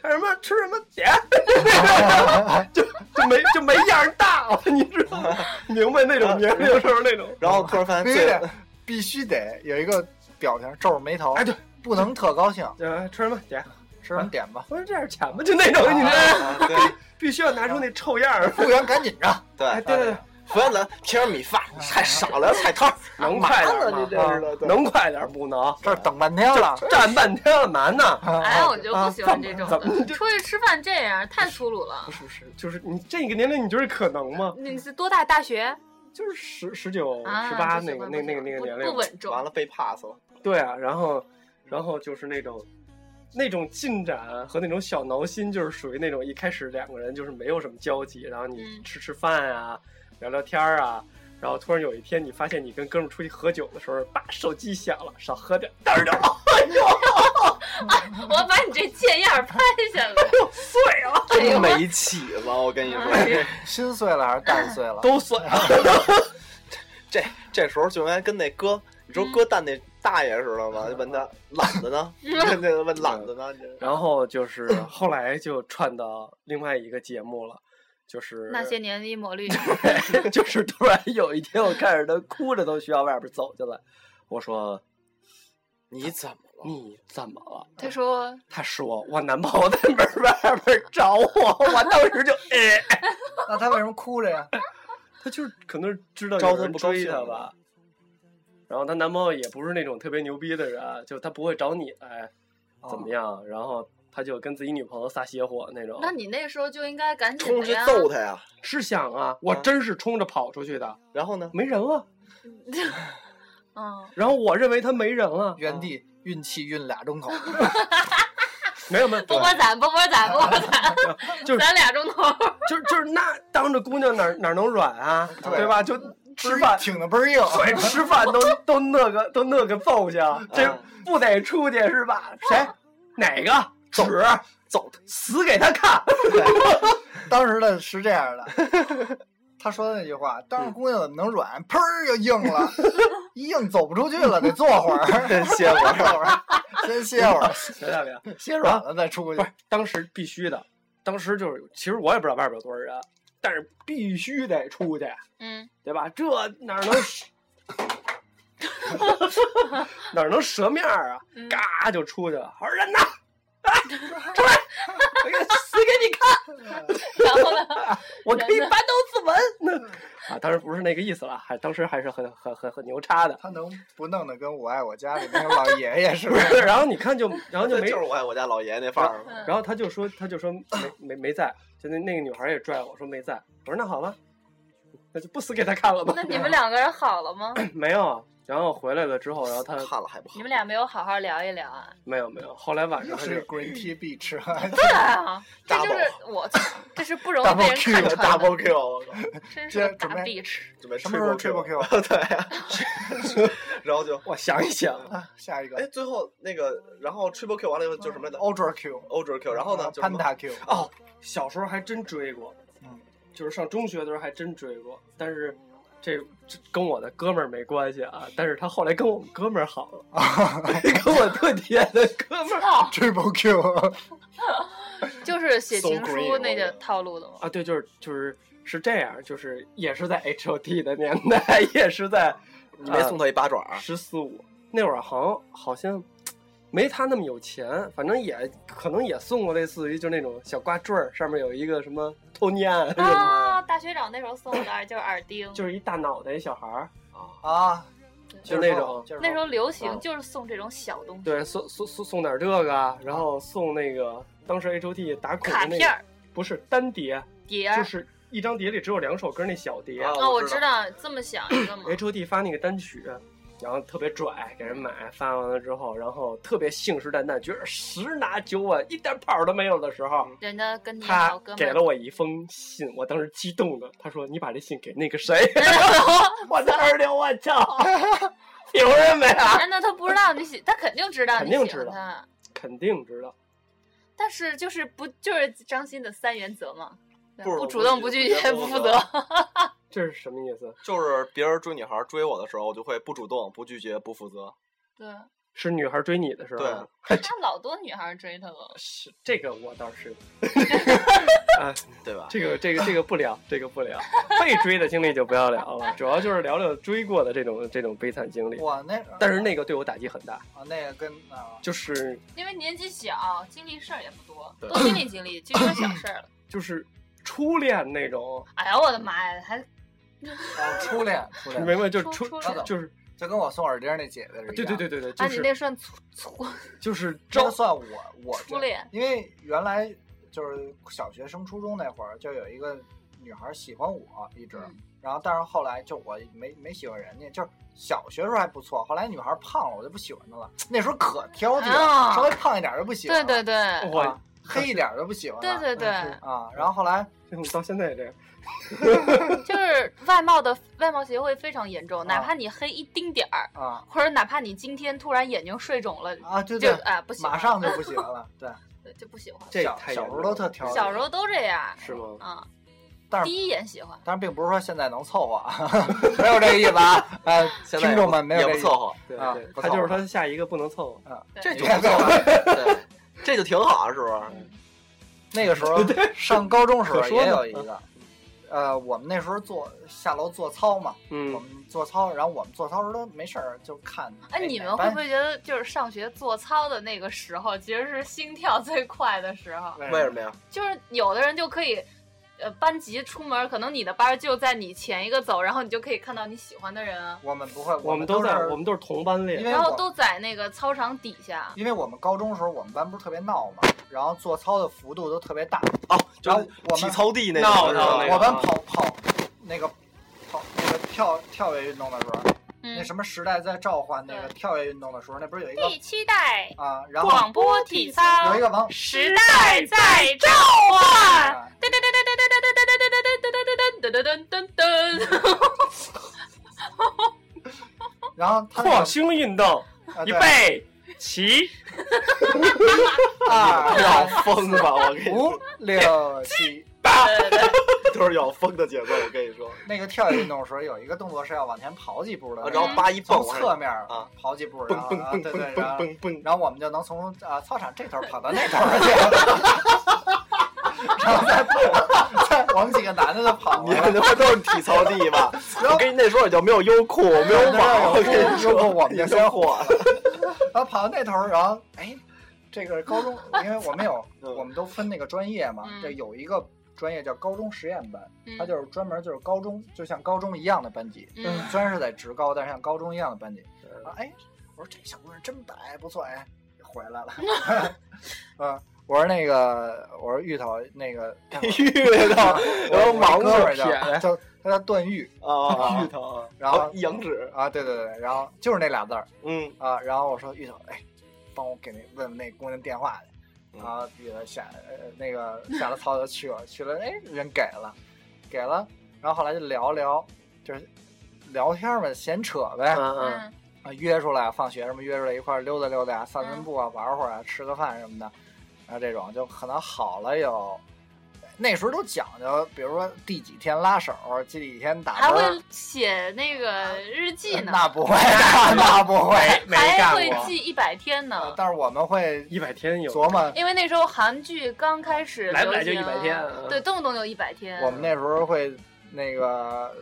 Speaker 6: 看什么吃什么点， 就就没就没样儿大了， 你知道吗？明白那种年龄时候那种。
Speaker 4: 然后突然发现
Speaker 5: 必须
Speaker 4: 最
Speaker 5: 得必须得有一个表情，皱着眉头。
Speaker 6: 哎对，
Speaker 5: 不能特高兴，
Speaker 6: 呃，吃什么点？
Speaker 5: 吃吃什么点吧？
Speaker 6: 我说这点钱吧，就那种，你知道吗？
Speaker 4: 啊 对
Speaker 6: 必须要拿出那臭样儿。
Speaker 5: 服务员赶紧 着，
Speaker 6: 哎，
Speaker 4: 对，
Speaker 6: 对对对，
Speaker 4: 服务员来，添点米饭，太少了，菜汤。
Speaker 6: 能快点
Speaker 4: 麻烦了
Speaker 6: 吗啊
Speaker 4: 这真是的？对
Speaker 6: 能快点不能？
Speaker 5: 这儿等半天了。
Speaker 6: 站半天了，嘛呢？
Speaker 3: 哎，我就不喜欢这种
Speaker 6: 啊啊怎么
Speaker 3: 的，出去吃饭这样太粗鲁 了
Speaker 6: 不。是不是，就是你这个年龄，你觉得可能吗？
Speaker 3: 你是多大大学？
Speaker 6: 就是十十九、
Speaker 3: 啊，
Speaker 6: 十八
Speaker 3: 不
Speaker 6: 那
Speaker 3: 喜
Speaker 6: 个
Speaker 3: 欢
Speaker 6: 那
Speaker 3: 不
Speaker 6: 那个
Speaker 3: 喜欢
Speaker 6: 那个
Speaker 3: 不
Speaker 6: 年龄
Speaker 3: 不，稳
Speaker 4: 完
Speaker 3: 重。
Speaker 4: 了被 pass 了，
Speaker 6: 对啊，然后然后就是那种那种进展和那种小挠心，就是属于那种一开始两个人就是没有什么交集，然后你
Speaker 3: 嗯
Speaker 6: 吃吃饭啊，聊聊天儿啊。然后突然有一天，你发现你跟哥们儿出去喝酒的时候，叭，手机响了，少喝点，嘚儿就
Speaker 3: 我把你这贱样儿拍下 来。
Speaker 6: 碎了，
Speaker 3: 哎呦，
Speaker 4: 没起子，我跟你 说，
Speaker 5: 心碎了还是蛋碎了？
Speaker 6: 都碎了。
Speaker 4: 这这时候就应该跟那哥，你说哥蛋那大爷似的吗？就问他懒子呢，问那个问懒子呢，这
Speaker 6: 然后就是后来就串到另外一个节目了，就是
Speaker 3: 那些年的一 抹绿，
Speaker 6: 就是突然有一天，我看着他哭着都需要外边走进来，我说
Speaker 4: 你怎么了？
Speaker 6: 你怎么了？
Speaker 3: 他说
Speaker 6: 他说我男朋友在门外边找我，我当时就哎，
Speaker 5: 那他为什么哭着呀？
Speaker 6: 他就是可能是知道
Speaker 4: 招
Speaker 6: 有
Speaker 4: 他
Speaker 6: 人
Speaker 4: 不高
Speaker 6: 追
Speaker 4: 兴
Speaker 6: 他
Speaker 4: 了
Speaker 6: 吧。然后她男朋友也不是那种特别牛逼的人，啊就他不会找你来 怎么样，然后他就跟自己女朋友撒邪火那种。：“
Speaker 3: 那你那时候就应该赶紧
Speaker 4: 冲
Speaker 3: 的
Speaker 4: 去
Speaker 3: 呀。”
Speaker 4: 揍他呀！
Speaker 6: 是想啊，我真是冲着跑出去的，
Speaker 4: 然后呢？
Speaker 6: 没人了。
Speaker 3: 嗯，
Speaker 6: 然后我认为他没人了，
Speaker 5: 哦原地运气运俩钟头，
Speaker 6: 没有没有，
Speaker 3: 波波攒，波波攒，波波攒，
Speaker 6: 就是
Speaker 3: 攒俩钟头。
Speaker 6: 就是就是那当着姑娘哪儿哪儿能软啊，
Speaker 5: 对
Speaker 6: 对吧？就 吃饭
Speaker 5: 挺的倍儿硬。
Speaker 6: 对，吃饭都都那个都那个揍性，这不得出去是吧？谁哪个指
Speaker 4: 揍他！
Speaker 6: 死给他看？
Speaker 5: 当时的是这样的，他说的那句话：“当时姑娘怎么能软？”砰儿就硬了，一硬走不出去了，得坐会儿，
Speaker 4: 歇会
Speaker 5: 坐
Speaker 4: 儿，
Speaker 5: 会儿， 先歇会儿，
Speaker 6: 谁大别？
Speaker 5: 歇软了再出
Speaker 6: 不
Speaker 5: 去
Speaker 6: 是。，当时必须的，当时就是，其实我也不知道外边有多少人，啊但是必须得出去，
Speaker 3: 嗯，
Speaker 6: 对吧？这哪 能哪能折面儿啊？
Speaker 3: 嗯
Speaker 6: 嘎就出去了，好人呢？啊， 出来！我给死给你看！
Speaker 3: 然后呢？ 嗯
Speaker 6: 我可以搬头自刎。啊，当然不是那个意思了，还当时还是很很很很牛叉的。
Speaker 5: 他能不弄得跟我爱我家里那个老爷爷似的？
Speaker 3: 嗯
Speaker 6: 然后你看就，然后就
Speaker 4: 这
Speaker 6: 没
Speaker 4: 就，是我爱我家老爷那范儿。
Speaker 6: 然后他就说，他就说没没没在，就那那个女孩也拽我说没在，我说那好吧，那就不死给他看了吧
Speaker 3: 那。你们两个人好了吗？
Speaker 6: 没有，然后回来了之后，然后他
Speaker 4: 看了还不好
Speaker 3: 你，们俩没有好好聊一聊啊？
Speaker 6: 没有没有，后来晚上
Speaker 5: 又
Speaker 6: 他就
Speaker 5: 是 green tea beach，
Speaker 3: 对啊，这就
Speaker 4: Double
Speaker 3: 是我，这是不容易被 人看穿
Speaker 5: Double Q，
Speaker 3: 的，
Speaker 4: double Q，我靠
Speaker 3: 真是个
Speaker 5: 这
Speaker 3: 大
Speaker 5: 准备
Speaker 3: bitch。
Speaker 4: 准备
Speaker 5: 什么时候
Speaker 4: triple
Speaker 5: triple
Speaker 4: Q？
Speaker 5: Q？
Speaker 4: 对呀， 然后就
Speaker 6: 我想一想，
Speaker 5: 啊， 下一
Speaker 4: 哎，
Speaker 5: 个
Speaker 4: 最后那个，然后 triple Q 完了以后就什么来着
Speaker 5: Ultra Q，
Speaker 4: ？Ultra Q，然后呢？
Speaker 5: 啊
Speaker 4: 就是什么
Speaker 5: Panda Q，
Speaker 6: 哦， 小时候还真追过，
Speaker 5: 嗯，
Speaker 6: 就是上中学的时候还真追过，但是这这跟我的哥们儿没关系啊，但是他后来跟我们哥们儿好了，跟我特铁的哥们儿好
Speaker 5: Triple Q，
Speaker 3: 就是写
Speaker 4: So
Speaker 3: 情书
Speaker 4: green，
Speaker 3: 那
Speaker 4: 我
Speaker 3: 个
Speaker 4: 觉得
Speaker 3: 套路的吗？
Speaker 6: 啊，对，就是就是是这样，就是也是在 H O T 的年代， 也是在
Speaker 4: 你没送他一八爪
Speaker 5: 啊
Speaker 4: 儿？
Speaker 6: 十四五那会儿，好像好像没他那么有钱，反正也可能也送过类似于就那种小挂坠儿，上面有一个什么托尼安什么
Speaker 3: 啊，大学长那时候送的就是耳钉
Speaker 6: 的，， 就是一大脑袋小孩儿，
Speaker 5: 啊，
Speaker 6: 就那种。
Speaker 5: 就是
Speaker 3: 那时候流
Speaker 6: 啊
Speaker 3: 行就是送这种小东西，
Speaker 6: 对，送送送送点这个，然后送那个当时 H O T 打孔
Speaker 3: 卡
Speaker 6: 的那
Speaker 3: 片
Speaker 6: 个，
Speaker 3: 儿、哎
Speaker 6: 不是单碟，
Speaker 3: 碟
Speaker 6: 就
Speaker 3: 儿。
Speaker 6: 是一张碟里只有两首歌那小碟。
Speaker 4: 啊
Speaker 5: 哦
Speaker 3: 啊，我
Speaker 4: 知
Speaker 3: 知道，这么想一个嘛。
Speaker 6: H O T 发那个单曲，然后特别拽，给人买，发完了之后，然后特别信誓旦旦，觉得十拿九稳，一点跑都没有的时候，
Speaker 3: 人家跟你
Speaker 6: 他
Speaker 3: 好哥们
Speaker 6: 给
Speaker 3: 儿
Speaker 6: 了 我一封信，我当时激动的，他说：“你把这信给那个谁？” 我当时就我 操，凭什么呀？
Speaker 3: 哎，那他不知道你喜，他肯定知道
Speaker 6: 肯
Speaker 3: 你
Speaker 6: 定
Speaker 3: 喜
Speaker 6: 知
Speaker 3: 欢
Speaker 6: 道
Speaker 3: 他，
Speaker 6: 肯定知道，
Speaker 3: 但是就是不就是张欣的三原则嘛，对
Speaker 4: 不
Speaker 3: 吧
Speaker 4: 是
Speaker 3: 不
Speaker 4: 我
Speaker 3: 主
Speaker 4: 不
Speaker 3: 动、
Speaker 4: 拒
Speaker 3: 不
Speaker 4: 绝
Speaker 3: 拒
Speaker 4: 不
Speaker 3: 绝、
Speaker 4: 负
Speaker 3: 不负
Speaker 4: 责
Speaker 3: 责。
Speaker 6: 这是什么意思？
Speaker 4: 就是别人追女孩追我的时候，我就会不主动、不拒绝、不负责。
Speaker 3: 对，
Speaker 6: 是女孩追你的时候。
Speaker 4: 对
Speaker 3: 他老多女孩追他了，
Speaker 6: 是这个我倒是，啊，
Speaker 4: 对吧？
Speaker 6: 这个这个这个不聊，这个不聊， 被追的经历就不要聊了，主要就是聊聊追过的这种这种悲惨经历。
Speaker 5: 我那
Speaker 6: 但是那个对我打击很大，
Speaker 5: 啊那个跟啊
Speaker 6: 就是
Speaker 3: 因为年纪小，经历事儿也不多，
Speaker 4: 对
Speaker 3: 多经历经历，就说小事儿了。
Speaker 6: 就是初恋那种，
Speaker 3: 哎呀，我的妈呀，还
Speaker 5: 啊 初恋初
Speaker 6: 你
Speaker 5: 恋
Speaker 6: 明白就是
Speaker 3: 初
Speaker 6: 初
Speaker 3: 初
Speaker 5: 恋
Speaker 6: 就是
Speaker 5: 就跟我送耳钉那姐姐似的，
Speaker 6: 对对对，对对，
Speaker 3: 啊，
Speaker 6: 就
Speaker 3: 你
Speaker 6: 是
Speaker 3: 那啊算粗粗
Speaker 6: 就是
Speaker 5: 这
Speaker 6: 招
Speaker 5: 个算我我这
Speaker 3: 初恋
Speaker 5: 因为原来就是小学升初中那会儿，就有一个女孩喜欢我一 直，
Speaker 3: 嗯
Speaker 5: 然后但是后来就我没没喜欢人家，就是小学时候还不错，后来女孩胖了，我就不喜欢她了。那时候可挑剔了，
Speaker 3: 啊
Speaker 5: 稍微胖一点就不喜欢
Speaker 3: 对
Speaker 5: 了，
Speaker 3: 对对
Speaker 5: 啊
Speaker 6: 我
Speaker 5: 黑一点就不喜欢
Speaker 3: 对
Speaker 5: 了，
Speaker 3: 对对，
Speaker 5: 啊，然后后来
Speaker 6: 我到现在也这样，
Speaker 3: 就是外貌的外貌协会非常严重，哪怕你黑一丁点儿，
Speaker 5: 啊
Speaker 3: 或者哪怕你今天突然眼睛睡肿了，
Speaker 5: 啊对
Speaker 3: 就
Speaker 5: 对，
Speaker 3: 哎不喜欢，
Speaker 5: 马上就不喜欢了，对，
Speaker 3: 对就不喜欢。
Speaker 6: 这
Speaker 5: 小
Speaker 6: 太
Speaker 5: 小
Speaker 6: 严
Speaker 5: 时
Speaker 6: 重
Speaker 5: 候都
Speaker 6: 了
Speaker 5: 特挑剔，
Speaker 3: 小时候都这样，
Speaker 6: 是吗？
Speaker 3: 啊，
Speaker 5: 但是
Speaker 3: 第一眼喜欢，
Speaker 5: 但是并不是说现在能凑合，啊， 没有这个意思啊，呃，
Speaker 4: 现在
Speaker 5: 听
Speaker 4: 也
Speaker 5: 众
Speaker 4: 不
Speaker 5: 们没有
Speaker 4: 也不
Speaker 5: 这个意思
Speaker 4: 凑合，
Speaker 6: 对
Speaker 5: 啊
Speaker 6: 对，
Speaker 5: 不
Speaker 6: 他
Speaker 5: 错
Speaker 6: 就是他下一个不能凑合，
Speaker 5: 啊，
Speaker 3: 对
Speaker 4: 这就
Speaker 5: 别
Speaker 4: 不
Speaker 5: 凑
Speaker 4: 错
Speaker 5: 合。
Speaker 4: 对，这就挺好，啊是不是？
Speaker 5: 那个时候上高中时候
Speaker 6: 可说呢
Speaker 5: 也有一个，呃，我们那时候做下楼做操嘛，我
Speaker 6: 嗯，
Speaker 5: 们做操，然后我们做操时候都没事儿就看。
Speaker 3: 哎，
Speaker 5: 哪
Speaker 3: 你们
Speaker 5: 哪
Speaker 3: 会
Speaker 5: 班
Speaker 3: 不会觉得就是上学做操的那个时候，其实是心跳最快的时候？
Speaker 5: 嗯
Speaker 4: 为什么呀？
Speaker 3: 就是有的人就可以，呃，班级出门，可能你的班儿就在你前一个走，然后你就可以看到你喜欢的人，
Speaker 5: 我们不会，
Speaker 6: 我
Speaker 5: 们
Speaker 6: 们都在，
Speaker 5: 是
Speaker 6: 我们都是同班
Speaker 5: 因
Speaker 6: 恋，
Speaker 5: 为
Speaker 3: 然后
Speaker 5: 我
Speaker 3: 都在那个操场底下。
Speaker 5: 因为我们高中时候我们班不是特别闹嘛，然后做操的幅度都特别大，
Speaker 4: 哦，就
Speaker 5: 然后
Speaker 4: 是
Speaker 5: 我
Speaker 4: 体
Speaker 5: 们
Speaker 4: 操地那
Speaker 6: 闹
Speaker 4: 种，是吧
Speaker 6: 闹那个
Speaker 5: 我们跑跑那个跑那个跳跳跃运动的时候，那
Speaker 3: 嗯，
Speaker 5: 什么时代在召唤那个
Speaker 3: 对
Speaker 5: 跳跃运动的时候，那不是有一个
Speaker 3: 第七代
Speaker 5: 啊，然后
Speaker 3: 广播体操，
Speaker 5: 有一个王
Speaker 3: 时代在召唤。
Speaker 5: 啊
Speaker 3: 噔噔噔噔噔噔噔噔噔噔噔噔噔噔噔噔噔噔噔，
Speaker 5: 然后他那
Speaker 6: 扩
Speaker 5: 个
Speaker 6: 胸运动，
Speaker 5: 啊
Speaker 6: 预
Speaker 5: 对
Speaker 6: 备起，
Speaker 3: 啊
Speaker 5: 二
Speaker 4: 要疯吧！我跟你
Speaker 5: 啊五六七，
Speaker 3: 对对对，
Speaker 4: 都是要疯的节奏，我跟你 说。
Speaker 5: 那个跳跃运动的时候有一个动作是要往前跑几步的，
Speaker 4: 啊然后扒一蹦
Speaker 5: 从，侧面
Speaker 4: 啊
Speaker 5: 跑几步，
Speaker 4: 蹦
Speaker 5: 然后
Speaker 4: 蹦
Speaker 5: 啊
Speaker 4: 蹦
Speaker 5: 对
Speaker 4: 蹦
Speaker 5: 对，然后
Speaker 4: 蹦蹦
Speaker 5: 然后我们就能从啊操场这头跑 到那头去， 然后再跑，再我们几个男的就 跑
Speaker 4: 你
Speaker 5: 了
Speaker 4: 们。他妈都是体操地吧？
Speaker 5: 然
Speaker 4: 我
Speaker 5: 后
Speaker 4: 跟你那时候也就没有优酷，没有 网，我跟你
Speaker 5: 如果
Speaker 4: 说，
Speaker 5: 我们 就先
Speaker 4: 火了。
Speaker 5: 然后跑到那头儿，然后哎，这个高中，因为我们有，
Speaker 4: 嗯
Speaker 5: 我们都分那个专业嘛
Speaker 3: 嗯，
Speaker 5: 这有一个专业叫高中实验班，
Speaker 3: 嗯
Speaker 5: 它就是专门就是高中，就像高中一样的班级，
Speaker 3: 嗯
Speaker 5: 虽然是在职高，但是像高中一样的班级。啊，哎，我说这小姑娘真白，不错，哎，回来了。 啊，我说那个，我说芋头那个，
Speaker 4: 遇 到然后
Speaker 5: 王
Speaker 4: 忙
Speaker 5: 哥
Speaker 4: 着
Speaker 5: 们儿叫叫他叫段誉，
Speaker 4: 啊，
Speaker 6: 头，
Speaker 5: 然后
Speaker 4: 一阳指，
Speaker 5: 啊，对对对，然后就是那俩字儿。
Speaker 4: 嗯，
Speaker 5: 啊，然后我说玉头，哎，帮我给那问问那姑娘电话去。
Speaker 4: 嗯
Speaker 5: 然后玉头下呃那个下了操就去了，去了哎人给了，给了，然后后来就聊聊，就是聊天嘛，闲扯呗，
Speaker 6: 嗯嗯，
Speaker 3: 嗯
Speaker 5: 啊约出来放学什么约出来一块儿溜达溜达呀，散散
Speaker 3: 嗯
Speaker 5: 步啊，玩会儿啊，吃个饭什么的，然后这种就可能好了有。那时候都讲究，比如说第几天拉手，第几天打
Speaker 3: 还
Speaker 5: 啵
Speaker 3: 会
Speaker 5: 儿，
Speaker 3: 写那个日记呢，
Speaker 5: 那不会， 那不会，没
Speaker 3: 还
Speaker 5: 干
Speaker 3: 会
Speaker 5: 过。
Speaker 3: 记一百天
Speaker 5: 啊
Speaker 3: 呢。
Speaker 5: 但是我们会
Speaker 6: 一百天有，
Speaker 5: 琢磨，
Speaker 3: 因为那时候韩剧刚开始
Speaker 6: 来不来就
Speaker 3: 流行
Speaker 6: 一百天，
Speaker 3: 对，，动不动就一百天。
Speaker 5: 我们那时候会那个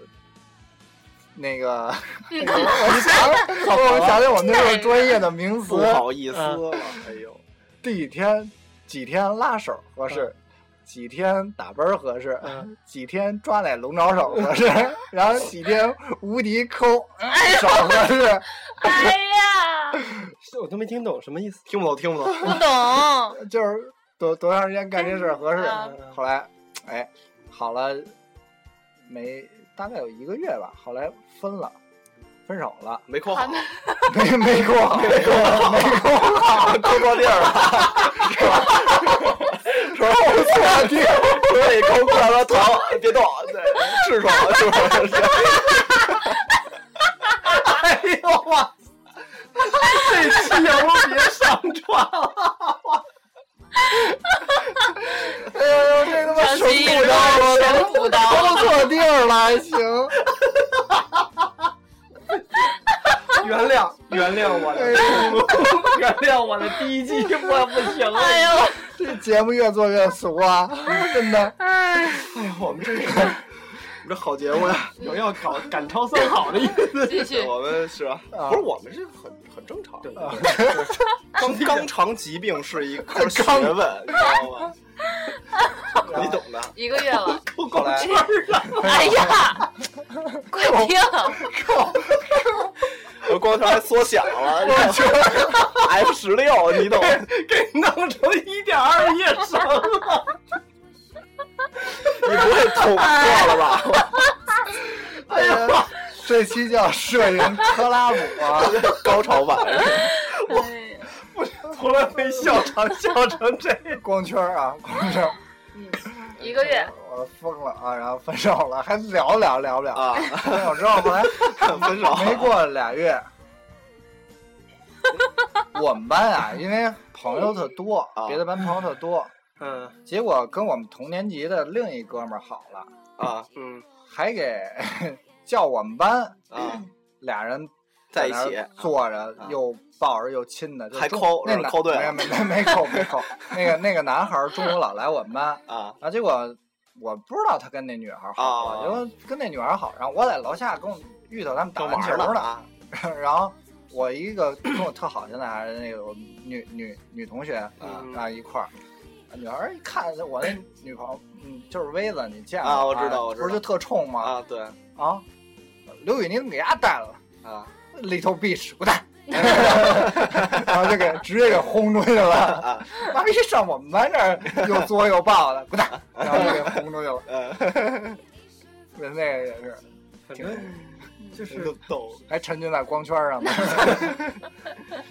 Speaker 5: 那个，
Speaker 3: 嗯
Speaker 5: 我想我想起我们那时候专业的名词
Speaker 4: 不，好意思
Speaker 6: 嗯
Speaker 4: 了，哎呦，
Speaker 5: 第几天几天拉手合适。几天打啵儿合适，
Speaker 6: 嗯
Speaker 5: 几天抓奶龙爪手合适，然后几天无敌抠手合适，
Speaker 3: 哎呀，
Speaker 6: 我都没听懂什么意思，
Speaker 4: 听不懂，听不 懂。
Speaker 3: 不懂，
Speaker 5: 就是多多长时间干这事儿合适。
Speaker 3: 嗯
Speaker 5: 后来，哎，好了，没大概有一个月吧，后来分 了，分手了。
Speaker 4: 没扣 好，
Speaker 5: 没没过好，没过好，没过好，
Speaker 4: 扣错啊地儿啊了，
Speaker 5: 说我错地 儿
Speaker 4: 所以扣过来了，疼，别动，对，痔疮，痔疮，
Speaker 5: 哎呦我，
Speaker 6: 这期要不别上传了，
Speaker 5: 哎呦这他妈
Speaker 3: 长
Speaker 5: 神
Speaker 3: 期
Speaker 5: 补刀了，
Speaker 3: 神补 刀
Speaker 5: 都错地儿了，还行。
Speaker 6: 原原谅原谅我的低谷，哎原谅我的第一季，我不行了。
Speaker 3: 哎呦，
Speaker 5: 这节目越做越俗啊， 真的。
Speaker 3: 哎，
Speaker 6: 哎呦， 我们这是，我们这好节目呀，有要搞赶超三好的意思。
Speaker 3: 继续，
Speaker 4: 我们是吧？
Speaker 5: 啊
Speaker 4: 不是我们这个很很正常。
Speaker 6: 对
Speaker 4: 肛肛肠疾病是一个学 问，你知道吗？你懂 的。
Speaker 3: 一个月了，
Speaker 6: 我光圈了，
Speaker 3: 哎呀，快停！
Speaker 4: 我 光圈还缩小 了，我去 F 十六，你懂？
Speaker 6: 给弄成一点二夜生了。
Speaker 4: 你不会捅破了吧？
Speaker 5: 哎呀，这期叫摄影克拉姆啊，
Speaker 4: 高潮版，
Speaker 3: 哎呀，
Speaker 6: 从来没笑场笑成这样。
Speaker 5: 光圈啊，光圈。
Speaker 3: 嗯，一个月，
Speaker 5: 我疯了啊！然后分手了，还聊聊聊不了。
Speaker 4: 啊
Speaker 5: 分手之后，后来
Speaker 4: 分手
Speaker 5: 没过俩月， 我们班啊，因为朋友特多
Speaker 4: 啊，
Speaker 5: 别的班朋友特多，
Speaker 6: 嗯
Speaker 5: 结果跟我们同年级的另一哥们儿好了，
Speaker 4: 啊
Speaker 6: 嗯，
Speaker 5: 还给 叫我们班
Speaker 4: 啊！
Speaker 5: 俩人
Speaker 4: 在一
Speaker 5: 那儿
Speaker 4: 起
Speaker 5: 坐着
Speaker 4: 啊，
Speaker 5: 又抱着又亲的，就
Speaker 4: 还
Speaker 5: 中
Speaker 4: 抠
Speaker 5: 那
Speaker 4: 是吧
Speaker 5: 男
Speaker 4: 抠对了
Speaker 5: 没没没没抠 没抠。那个那个男孩儿中午老来我们班，
Speaker 4: 啊
Speaker 5: 然后结果我不知道他跟那女孩好了，
Speaker 4: 啊
Speaker 5: 结果跟那女孩好，然后我在楼下跟我遇到他们打
Speaker 4: 正
Speaker 5: 篮球
Speaker 4: 玩呢啊
Speaker 5: 呢， 然后我一个跟我特好，现在还是那个女 女女同学
Speaker 4: 啊
Speaker 6: 嗯
Speaker 5: 啊一块儿，女孩儿一看我那女朋友，嗯，就是薇子，你见过
Speaker 4: 啊我知道我知道
Speaker 5: 不是就特冲吗？
Speaker 4: 啊！对
Speaker 5: 啊，刘宇你怎么给丫带了
Speaker 4: 啊
Speaker 5: ？Little bitch，给我 带。然后就给直接给轰出去了，
Speaker 4: 啊
Speaker 5: 妈逼上我们班这儿又作又抱的，滚蛋！然后就给轰出去了。
Speaker 4: 呃，
Speaker 5: 那个也是，
Speaker 6: 反正
Speaker 4: 这
Speaker 6: 就
Speaker 4: 个
Speaker 6: 是
Speaker 4: 抖
Speaker 5: 还沉浸在光圈上呢，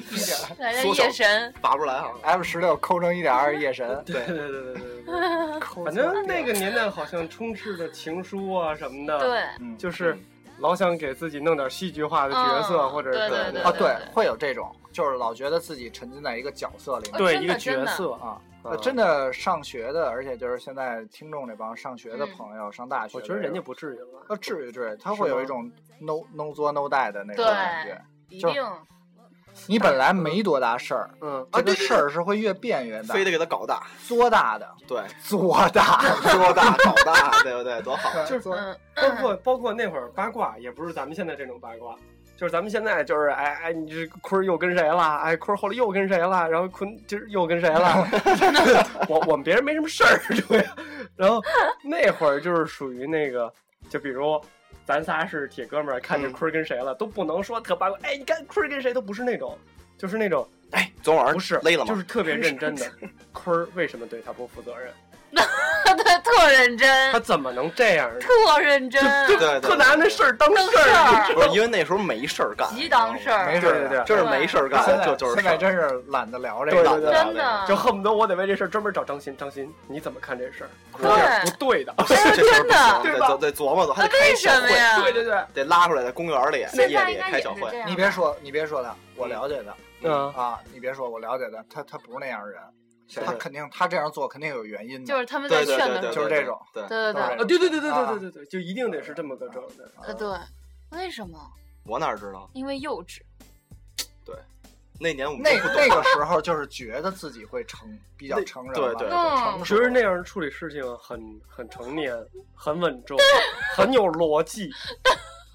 Speaker 5: 一点
Speaker 3: 来点夜神，
Speaker 4: 拔不出来哈。
Speaker 5: F 十六抠成一点二夜神，
Speaker 6: 对对对对对对， 反正那个年代好像充斥着情书啊什么的，，
Speaker 3: 对，
Speaker 5: 嗯
Speaker 6: 就是老想给自己弄点戏剧化的角色，
Speaker 3: 嗯
Speaker 6: 或者是啊
Speaker 3: 对对对
Speaker 5: 哦对，会有这种，就是老觉得自己沉浸在一个角色里面
Speaker 6: 对
Speaker 3: 真的
Speaker 6: 一个角色
Speaker 5: 啊。
Speaker 6: 啊
Speaker 5: 真的上学的，而且就是现在听众这帮上学的朋友，上大学
Speaker 6: 我
Speaker 5: 的
Speaker 6: 觉得人家不至于吧。
Speaker 5: 呃至于至于，他
Speaker 6: 是
Speaker 5: 会有
Speaker 6: 吗
Speaker 5: 一种 no no 作 no die 的那种
Speaker 3: 对
Speaker 5: 感觉。
Speaker 3: 一
Speaker 5: 就
Speaker 3: 定，
Speaker 5: 你本 来没多大事儿，
Speaker 6: 嗯，
Speaker 5: 这个事儿是会越变越大
Speaker 4: 非，得给它搞大，
Speaker 5: 作大的，
Speaker 4: 对，
Speaker 5: 作大哎的，
Speaker 4: 多大搞大， 对不对？多好！
Speaker 5: 就是作
Speaker 3: 嗯，
Speaker 6: 包括包括那会儿八卦，也不是咱们现在这种八卦，就是咱们现在就是哎哎，你这坤儿又跟谁了？哎，坤儿后来又跟谁了？然后坤就是又跟谁了？ 我我们别人没什么事儿，对。然后那会儿就是属于那个，就比如。咱仨是铁哥们儿，看着
Speaker 4: 嗯
Speaker 6: 坤儿跟谁了、都不能说特八卦。哎，你看坤儿跟谁都不是那种，就是那种
Speaker 4: 哎，昨晚上
Speaker 6: 不是
Speaker 4: 勒了吗？
Speaker 6: 就是特别认真的。坤儿为什么对他不负责任？
Speaker 3: 他特认真
Speaker 6: 他，怎么能这样 呢？
Speaker 3: 特认真，
Speaker 6: 就
Speaker 4: 对对
Speaker 6: 特拿那事儿当
Speaker 3: 正
Speaker 6: 事
Speaker 3: 事
Speaker 6: 儿。
Speaker 3: 儿，
Speaker 4: 不是因为那时候没事儿干，
Speaker 3: 极当事儿，
Speaker 5: 没事
Speaker 6: 对
Speaker 5: 儿
Speaker 6: 对
Speaker 5: 的
Speaker 6: 对，
Speaker 4: 就是没事儿干
Speaker 5: 现，在
Speaker 4: 这就是
Speaker 5: 现
Speaker 4: 事
Speaker 5: 在
Speaker 4: 儿。
Speaker 5: 真啊是懒得聊这
Speaker 6: 对
Speaker 5: 个
Speaker 6: 对
Speaker 5: 了。
Speaker 6: 对
Speaker 3: 真的，
Speaker 6: 就恨不得我得为这事儿专门找张鑫，张鑫，你怎么看这事儿？
Speaker 3: 对
Speaker 6: 有点不对的。
Speaker 3: 啊真的啊
Speaker 4: 这事儿不行
Speaker 6: 对
Speaker 4: 得
Speaker 6: 吧
Speaker 4: 得得琢磨琢磨，还
Speaker 3: 那
Speaker 4: 得开
Speaker 3: 为
Speaker 4: 小
Speaker 3: 什么
Speaker 4: 会，
Speaker 3: 呀？
Speaker 6: 对对对，
Speaker 4: 得拉出来，在公园里
Speaker 3: 现
Speaker 4: 夜
Speaker 3: 在
Speaker 4: 里
Speaker 3: 应该
Speaker 4: 开
Speaker 3: 也
Speaker 4: 小
Speaker 3: 是
Speaker 4: 会
Speaker 3: 这。样，
Speaker 5: 你别，说，你别说他，我了解他、
Speaker 6: 嗯，
Speaker 5: 啊，你别说，我了解他，他他不是那样的人，
Speaker 4: 是
Speaker 5: 他肯定他这样做肯定有原因的，
Speaker 3: 就是他们在
Speaker 4: 对
Speaker 3: 劝
Speaker 4: 对
Speaker 3: 他
Speaker 4: 对对，
Speaker 3: 们，
Speaker 5: 就是这种
Speaker 4: 对。对，
Speaker 3: 对对
Speaker 5: 对
Speaker 6: 啊，对对对对对对对对，啊就一定得是这么个状态。
Speaker 3: 呃对，为什么？
Speaker 4: 我哪知道？
Speaker 3: 因为幼稚，
Speaker 4: 那年我们
Speaker 5: 那
Speaker 4: 都不
Speaker 5: 那个时候就是觉得自己会成比较成人吧，
Speaker 4: 对对
Speaker 5: 成
Speaker 3: 嗯，
Speaker 6: 其
Speaker 5: 熟
Speaker 6: 实那样处理事情很很成年，很稳重， 很有逻辑。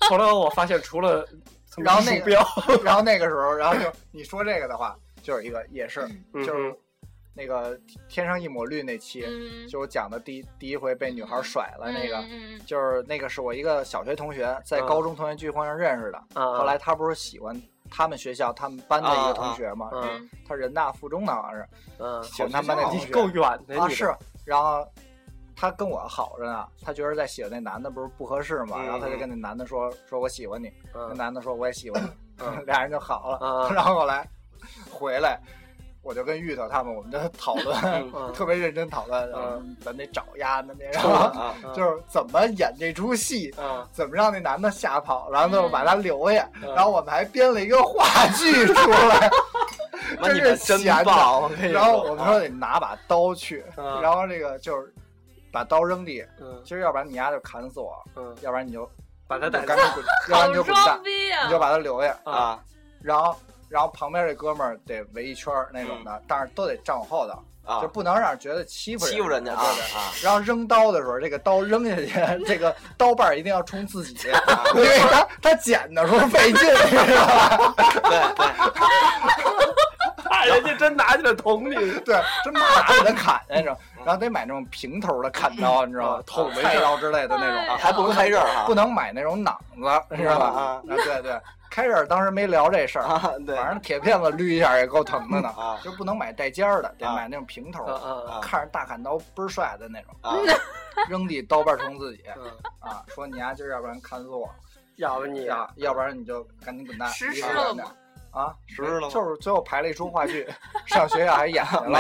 Speaker 6: 后来我发现，除了他妈
Speaker 5: 然后
Speaker 6: 鼠
Speaker 5: 那个
Speaker 6: 标，
Speaker 5: 然后那个时候，然后就你说这个的话，就是一个也是
Speaker 6: 嗯
Speaker 5: 就是那个天上一抹绿那期，
Speaker 3: 嗯，
Speaker 5: 就我讲的第一第一回被女孩甩了那个。
Speaker 3: 嗯嗯
Speaker 5: 就是那个是我一个小学同学，在
Speaker 6: 嗯
Speaker 5: 高中同学聚会上认识的。
Speaker 6: 啊
Speaker 5: 后来他不是喜欢他们学校他们班的一个同学嘛，
Speaker 6: 嗯
Speaker 5: 他人大附中的好像是，
Speaker 6: 嗯，
Speaker 5: 喜欢他们班的同
Speaker 6: 你
Speaker 5: 学。
Speaker 6: 够远的，
Speaker 5: 啊
Speaker 6: 你
Speaker 5: 是，然后他跟我好着呢，他觉得在喜欢那男的不是不合适嘛，
Speaker 6: 嗯
Speaker 5: 然后他就跟那男的说说我喜欢你，那
Speaker 6: 嗯
Speaker 5: 男的说我也喜欢你，
Speaker 6: 嗯
Speaker 5: 俩人就好了。
Speaker 6: 啊
Speaker 5: 然后后来回来。我就跟芋头他们，我们就讨论，
Speaker 6: 嗯
Speaker 5: 特别认真讨论，
Speaker 6: 嗯
Speaker 5: 咱得找丫的那，然
Speaker 4: 抽了
Speaker 5: 后
Speaker 4: 啊！
Speaker 6: 嗯
Speaker 5: 就是怎么演这出戏，
Speaker 6: 啊，
Speaker 5: 怎么让那男的吓跑，然后就把他留下，
Speaker 6: 嗯
Speaker 5: 然后我们还编了一个话剧出来，
Speaker 4: 妈，你们真
Speaker 5: 真是闲的
Speaker 4: 棒！我跟你
Speaker 5: 然后我们说
Speaker 4: 啊
Speaker 5: 得拿把刀去，
Speaker 6: 嗯
Speaker 5: 然后这个就是把刀扔地，
Speaker 6: 嗯
Speaker 5: 其实要不然你丫就砍死我，
Speaker 6: 嗯，
Speaker 5: 要不然你就
Speaker 6: 把他
Speaker 5: 你就
Speaker 6: 带
Speaker 5: 干
Speaker 6: 走
Speaker 5: 脆滚，要
Speaker 3: 好
Speaker 5: 不然你就滚蛋
Speaker 3: 装，逼啊！
Speaker 5: 你就把他留下。
Speaker 4: 啊，
Speaker 5: 然后然后旁边这哥们儿得围一圈儿那种的，但是都得站我后头，
Speaker 4: 啊
Speaker 5: 就，不能让人觉得欺负
Speaker 4: 欺负人家啊
Speaker 5: 对对
Speaker 4: 啊！
Speaker 5: 然后扔刀的时候，这个刀扔下去， 这个刀把儿一定要冲自己， 因为他他捡的时候费劲，你知道吧？
Speaker 4: 对啊对，
Speaker 6: 看人家哎真拿起了桶里，
Speaker 5: 对，真骂给他砍那种，然后得买那种平头的砍刀，你知道吧？捅菜刀之类的那种
Speaker 4: 啊
Speaker 5: 啊，
Speaker 4: 还不
Speaker 3: 哦
Speaker 4: 能开刃哈，
Speaker 5: 不能买那种囊子，你知道吧？
Speaker 4: 啊
Speaker 5: 啊，对对，开始当时没聊这事儿，
Speaker 4: 啊，对
Speaker 5: 反正铁片子捋一下也够疼的呢，
Speaker 4: 啊
Speaker 5: 就不能买带尖儿的，得
Speaker 4: 啊
Speaker 5: 买那种平头
Speaker 6: 啊
Speaker 5: 的，
Speaker 6: 啊
Speaker 4: 啊
Speaker 5: 看着大砍刀倍儿帅的那 种，
Speaker 4: 啊，
Speaker 5: 扔地刀把儿捅自己
Speaker 4: 嗯
Speaker 6: 啊！
Speaker 5: 啊，说你丫今儿要不然砍死我，
Speaker 6: 要不你
Speaker 5: 要要不然你就赶紧滚蛋，
Speaker 3: 实
Speaker 5: 离
Speaker 3: 施
Speaker 5: 我
Speaker 4: 嗯
Speaker 3: 了
Speaker 5: 远点
Speaker 3: 吗
Speaker 5: 儿？啊，
Speaker 4: 实施了吗
Speaker 5: 就是最后排了一出话剧，上学校还演去了，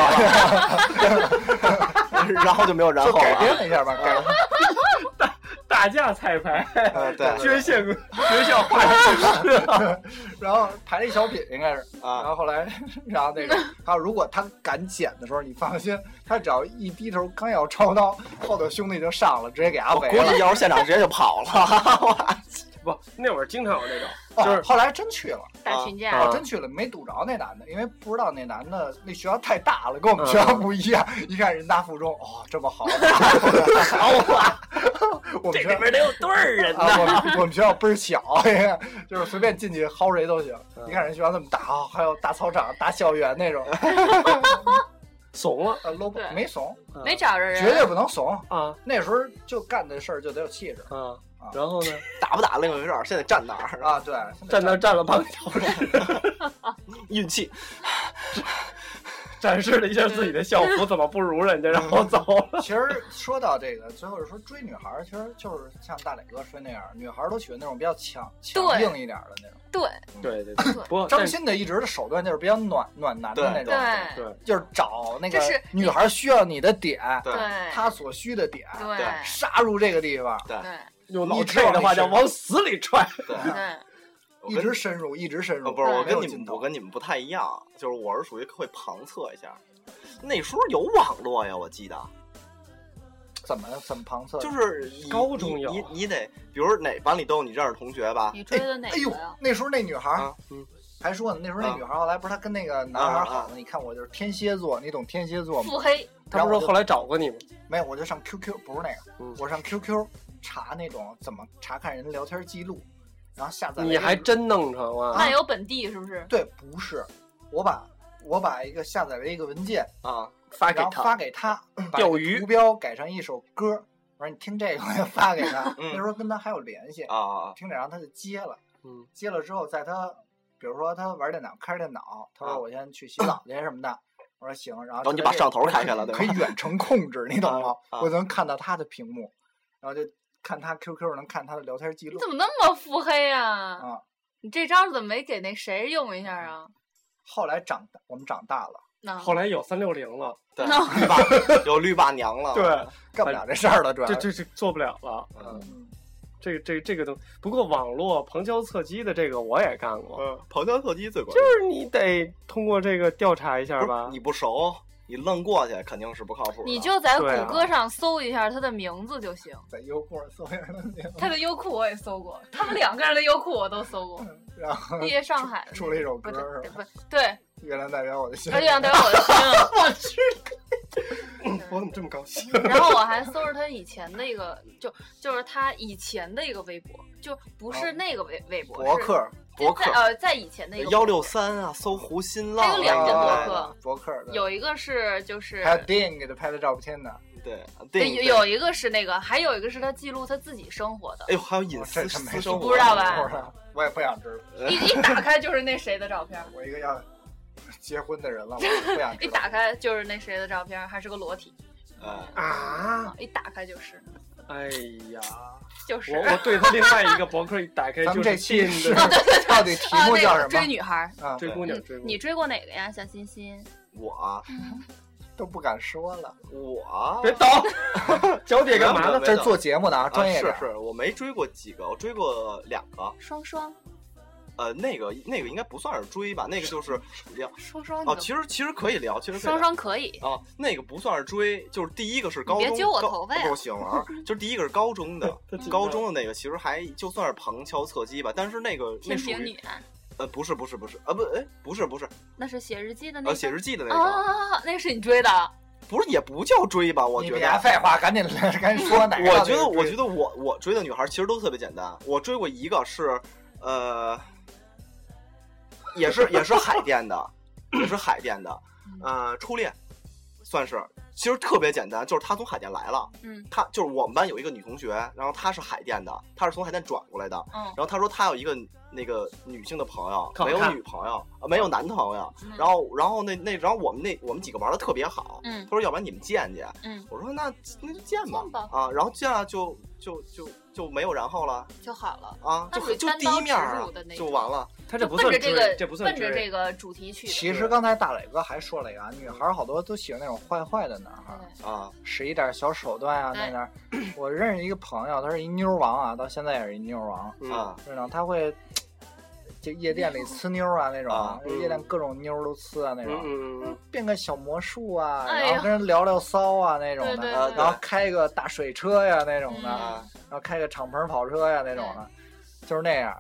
Speaker 4: 然后就没有然
Speaker 5: 就
Speaker 4: 后
Speaker 5: 改
Speaker 4: 了
Speaker 5: 编了一下吧，改编
Speaker 6: 打架彩排，
Speaker 4: 啊，对
Speaker 6: 捐献学校话剧，
Speaker 5: 然后排了一小品应该是，然
Speaker 4: 啊，
Speaker 5: 后后来，然后那个，还有如果他敢捡的时候，你放心，他只要一低头，刚要抄刀， 后头兄弟就上了，直接给他
Speaker 4: 我
Speaker 5: 围
Speaker 4: 估
Speaker 5: 了。
Speaker 4: 计要是现场直接就跑了，
Speaker 6: 不，那会儿经常有那种，
Speaker 5: 哦
Speaker 6: 就是
Speaker 5: 后来真去了，
Speaker 3: 打群架
Speaker 6: 啊
Speaker 5: 哦，真去了，没堵着那男的，因为不知道那男的那学校太大了，
Speaker 6: 嗯
Speaker 5: 跟我们学校不一样。一看人大附中，哦，这 么好，好啊！我们
Speaker 6: 这
Speaker 5: 学
Speaker 6: 里
Speaker 5: 校
Speaker 6: 边得有多少人
Speaker 5: 啊，我
Speaker 6: 呢？
Speaker 5: 们我们学校倍儿小，哎就是随便进去薅谁都行。
Speaker 6: 嗯
Speaker 5: 你看人学校那么大，哦还有大操场、大校园 那种，
Speaker 6: 怂了
Speaker 5: 呃，搂不
Speaker 3: 对
Speaker 5: 没怂，
Speaker 3: 没找着人，
Speaker 5: 绝对不能怂。
Speaker 6: 啊
Speaker 5: 那时候就干的事儿就得有气质
Speaker 6: 啊
Speaker 5: 啊！
Speaker 6: 然后呢，
Speaker 4: 打不打另一回事儿，现在站哪儿啊？
Speaker 5: 啊！对，
Speaker 6: 嗯站那儿站了半个小时，
Speaker 4: 运气，
Speaker 6: 展示了一下自己的校服怎么不如人家，然后走了。
Speaker 5: 其实说到这个，最后是说追女孩，儿，其实就是像大磊哥说那样，女孩儿都喜欢那种比较强强
Speaker 3: 对
Speaker 5: 硬一点儿的那种。
Speaker 3: 对
Speaker 6: 对对啊对，不过
Speaker 5: 张
Speaker 6: 但是
Speaker 5: 鑫的一直的手段就是比较暖暖男的那种，
Speaker 3: 对
Speaker 6: 对
Speaker 5: 就是找那个
Speaker 3: 就是
Speaker 5: 女孩儿需要你的点，
Speaker 4: 对
Speaker 5: 她所需的点，
Speaker 3: 对
Speaker 4: 对
Speaker 5: 杀入这个地方，
Speaker 3: 对
Speaker 6: 用老蔡的话叫往死里踹。
Speaker 4: 对。
Speaker 3: 对，
Speaker 5: 啊
Speaker 4: 我
Speaker 5: 一
Speaker 4: 跟
Speaker 5: 直深入，一直深入。
Speaker 4: 呃，不是，我
Speaker 5: 嗯没有
Speaker 4: 跟你
Speaker 5: 尽
Speaker 4: 们，
Speaker 5: 头
Speaker 4: 我跟你们不太一样，就是我是属于会旁测一下。那时候有网络呀，我记得，
Speaker 5: 怎么怎么旁测？
Speaker 4: 就是你
Speaker 6: 高中有
Speaker 4: 你你你得，比如哪班里都有你认识同学吧？
Speaker 3: 你追的哪
Speaker 5: 哎呦
Speaker 3: 个呀？，
Speaker 5: 那时候那女孩儿
Speaker 4: 啊，嗯，
Speaker 5: 还说呢，那时候那
Speaker 4: 啊
Speaker 5: 女孩儿后来不是她跟那个男孩儿
Speaker 4: 啊
Speaker 5: 好
Speaker 4: 啊
Speaker 5: 了，你看我就是天蝎座，你懂天蝎座吗
Speaker 3: 腹？黑，
Speaker 6: 他不是说后来找过你吗？
Speaker 5: 没有，我就上 QQ，不是那个，
Speaker 6: 嗯
Speaker 5: 我上 QQ 查那种怎么查看人聊天记录，然后下载了
Speaker 6: 你
Speaker 5: 一个
Speaker 6: 还真弄成
Speaker 5: 啊
Speaker 6: 了
Speaker 3: 那有本地是不是？
Speaker 5: 对，不是，我把我把一个下载了一个文件，
Speaker 4: 啊，
Speaker 6: 发给
Speaker 5: 然后
Speaker 6: 他
Speaker 5: 发给他，把
Speaker 6: 钓
Speaker 5: 这个
Speaker 6: 鱼
Speaker 5: 图标改成一首歌，我说你听这个，我就发给他。
Speaker 4: 嗯
Speaker 5: 那时候跟他还有联系，
Speaker 4: 啊啊
Speaker 5: 听着，然后他就接了，
Speaker 6: 嗯，
Speaker 5: 接了之后，在他比如说他玩电脑，开着电脑，他
Speaker 4: 啊
Speaker 5: 说我先去洗澡去什么的。我说行，然后
Speaker 4: 然后你
Speaker 5: 就
Speaker 4: 把
Speaker 5: 这
Speaker 4: 摄像头开开了对吧
Speaker 5: 可以远程控制，你懂吗？
Speaker 4: 啊啊
Speaker 5: 我就能看到他的屏幕，然后就看他 QQ，能看他的聊天记
Speaker 3: 你
Speaker 5: 录
Speaker 3: 怎。么那么腹黑啊？
Speaker 5: 啊，
Speaker 3: 你这招怎么没给那谁用一下啊？
Speaker 5: 后来长大，我们长大了，
Speaker 3: 那
Speaker 6: 后来有三六零了，
Speaker 4: 对，
Speaker 3: 那
Speaker 4: 绿霸有绿霸娘
Speaker 6: 啊
Speaker 4: 了，
Speaker 5: 干不了这事儿了，主要
Speaker 6: 这
Speaker 5: 是
Speaker 6: 这这做不了了。
Speaker 4: 嗯，
Speaker 5: 嗯
Speaker 6: 这个这个这个东，不过网络旁敲侧击的这个我也干过，
Speaker 4: 嗯，旁敲侧击最关
Speaker 6: 就
Speaker 4: 键，
Speaker 6: 是你得通过这个调查一下
Speaker 4: 不是
Speaker 6: 吧。
Speaker 4: 你不熟，你愣过去肯定是不靠谱的。
Speaker 3: 你就在谷
Speaker 6: 对啊
Speaker 3: 歌上搜一下他的名字就 行。
Speaker 5: 在优酷上搜一下东西，
Speaker 3: 他的优酷我也搜过，他们两个人的优酷我都搜过。
Speaker 5: 嗯然后
Speaker 3: 毕业上海
Speaker 5: 出了一首
Speaker 3: 不
Speaker 5: 歌
Speaker 3: 对
Speaker 5: 是吧？
Speaker 3: 不对，
Speaker 5: 月亮代表我的心
Speaker 3: 而。且代表我的 心。
Speaker 6: 我怎么这么高兴？
Speaker 3: 然后我还搜着他以前的一个，就就是他以前的一个微博，就不是那个微微博，
Speaker 5: 博
Speaker 3: 是
Speaker 5: 客，
Speaker 4: 博客
Speaker 3: 在呃，在以前的一个
Speaker 4: 幺六三啊，搜狐新浪啊，
Speaker 3: 还有两个博客
Speaker 5: 啊
Speaker 3: 博
Speaker 5: 博客
Speaker 3: 客
Speaker 5: 的，
Speaker 3: 有一个是就是
Speaker 5: 还有电影给他拍的照片呢。
Speaker 4: 对对
Speaker 3: 对有有一个是那个，还有一个是他记录他自己生活的
Speaker 4: 哎，呦，还有隐
Speaker 5: 我
Speaker 4: 私
Speaker 5: 这真没
Speaker 4: 私生活，
Speaker 3: 不知道吧
Speaker 5: 不知道，我也不想知道。
Speaker 3: 一一打开就是那谁的照片，
Speaker 5: 我一个要结婚的人了，我也不想
Speaker 3: 一
Speaker 5: 知道。
Speaker 3: 打开就是那谁的照片，还是个裸体
Speaker 4: 哎，
Speaker 6: 啊！
Speaker 3: 啊，一打开就是
Speaker 6: 哎呀，
Speaker 3: 就是
Speaker 6: 我我对他另外一个博客一打开
Speaker 5: 咱
Speaker 6: 就
Speaker 5: 们这
Speaker 6: 是
Speaker 5: 期是
Speaker 6: 的，
Speaker 5: 到底题
Speaker 3: 啊，
Speaker 5: 目叫
Speaker 3: 那
Speaker 5: 什
Speaker 3: 个追
Speaker 5: 么？
Speaker 3: 女孩，
Speaker 5: 啊，
Speaker 6: 追姑娘
Speaker 3: 嗯
Speaker 6: 追姑
Speaker 3: 你
Speaker 6: 娘，
Speaker 3: 追过哪个呀，小欣欣？
Speaker 4: 我啊
Speaker 5: 都不敢说了。
Speaker 4: 我啊
Speaker 6: 别倒，脚底干嘛呢？
Speaker 4: 没
Speaker 5: 这
Speaker 4: 有
Speaker 5: 是做节目的啊，专业点
Speaker 4: 啊、是是，我没追过几个，我追过两个。
Speaker 3: 双双，
Speaker 4: 呃，那个那个应该不算是追吧，那个就是聊
Speaker 3: 双双，
Speaker 4: 哦，其实其实可以聊，其实可以
Speaker 3: 双
Speaker 4: 聊。
Speaker 3: 双可以，
Speaker 4: 哦，那个不算是追，就是第一个是高中，
Speaker 3: 别揪我
Speaker 4: 高
Speaker 3: 头发呀
Speaker 4: 不行啊，就是第一个是高 中的
Speaker 6: 他紧，张
Speaker 4: 高中的那个其实还就算是旁敲侧击吧，但是那个那
Speaker 3: 天
Speaker 4: 属
Speaker 3: 平
Speaker 4: 于
Speaker 3: 女，
Speaker 4: 呃，不是不是不是，啊不，哎，不是不是，
Speaker 3: 啊那是写日记的那
Speaker 4: 呃，
Speaker 3: 个
Speaker 4: 写日记的那个，
Speaker 3: 啊，那个是你追的，
Speaker 4: 不是也不叫追吧？我
Speaker 5: 你
Speaker 4: 觉
Speaker 5: 别
Speaker 4: 得，啊
Speaker 5: 废话，赶紧赶紧说哪个？
Speaker 4: 我觉得，我觉得我我追的女孩其实都特别简单。我追过一个是，呃，也是也是海淀的，也是海淀的，
Speaker 3: 嗯
Speaker 4: 呃，初恋，算是。其实特别简单，就是她从海淀来了，
Speaker 3: 嗯
Speaker 4: 她就是我们班有一个女同学，然后她是海淀的，她是从海淀转过来的，
Speaker 3: 嗯
Speaker 4: 然后她说她有一个那个女性的朋友，
Speaker 6: 靠
Speaker 4: 没有
Speaker 6: 她
Speaker 4: 女朋友，呃没有男朋友，
Speaker 3: 嗯
Speaker 4: 然后然后那那然后我们那我们几个玩的特别好，
Speaker 3: 嗯
Speaker 4: 她说要不然你们见见，
Speaker 3: 嗯
Speaker 4: 我说那那就见吧
Speaker 3: 见吧
Speaker 4: 啊，然后见了就就就就没有然后了
Speaker 3: 就好了。
Speaker 4: 啊，
Speaker 3: 那
Speaker 4: 就
Speaker 3: 你
Speaker 4: 很就
Speaker 3: 单
Speaker 4: 第
Speaker 3: 刀
Speaker 4: 一面
Speaker 3: 直
Speaker 4: 儿
Speaker 3: 入
Speaker 4: 啊
Speaker 3: 的那
Speaker 4: 就
Speaker 3: 种
Speaker 4: 完了。
Speaker 6: 他这不
Speaker 3: 奔
Speaker 6: 算
Speaker 3: 着
Speaker 6: 追，
Speaker 3: 这个，
Speaker 6: 这不算
Speaker 3: 奔着
Speaker 6: 追。
Speaker 3: 这个主题去的。
Speaker 5: 其实刚才大磊哥还说了一个，啊，女孩儿好多都喜欢那种坏坏的男孩儿，
Speaker 3: 对
Speaker 4: 啊，
Speaker 5: 使一点小手段啊，
Speaker 3: 对
Speaker 5: 在那儿。我认识一个朋友，他是一妞儿王啊，到现在也是一妞儿王，
Speaker 4: 嗯
Speaker 6: 啊
Speaker 5: 就是呢，他会就夜店里呲妞儿啊那种
Speaker 4: 啊，
Speaker 5: 就夜店各种妞儿都呲啊那种，
Speaker 6: 嗯嗯
Speaker 5: 变个小魔术啊，
Speaker 3: 哎呀
Speaker 5: 然后跟人聊聊骚啊那种
Speaker 3: 对对
Speaker 5: 的，
Speaker 4: 呃
Speaker 3: 对
Speaker 5: 然后开个大水车呀那种的，
Speaker 3: 嗯
Speaker 4: 啊，
Speaker 5: 然后开个敞篷跑车呀那种的，就是那样。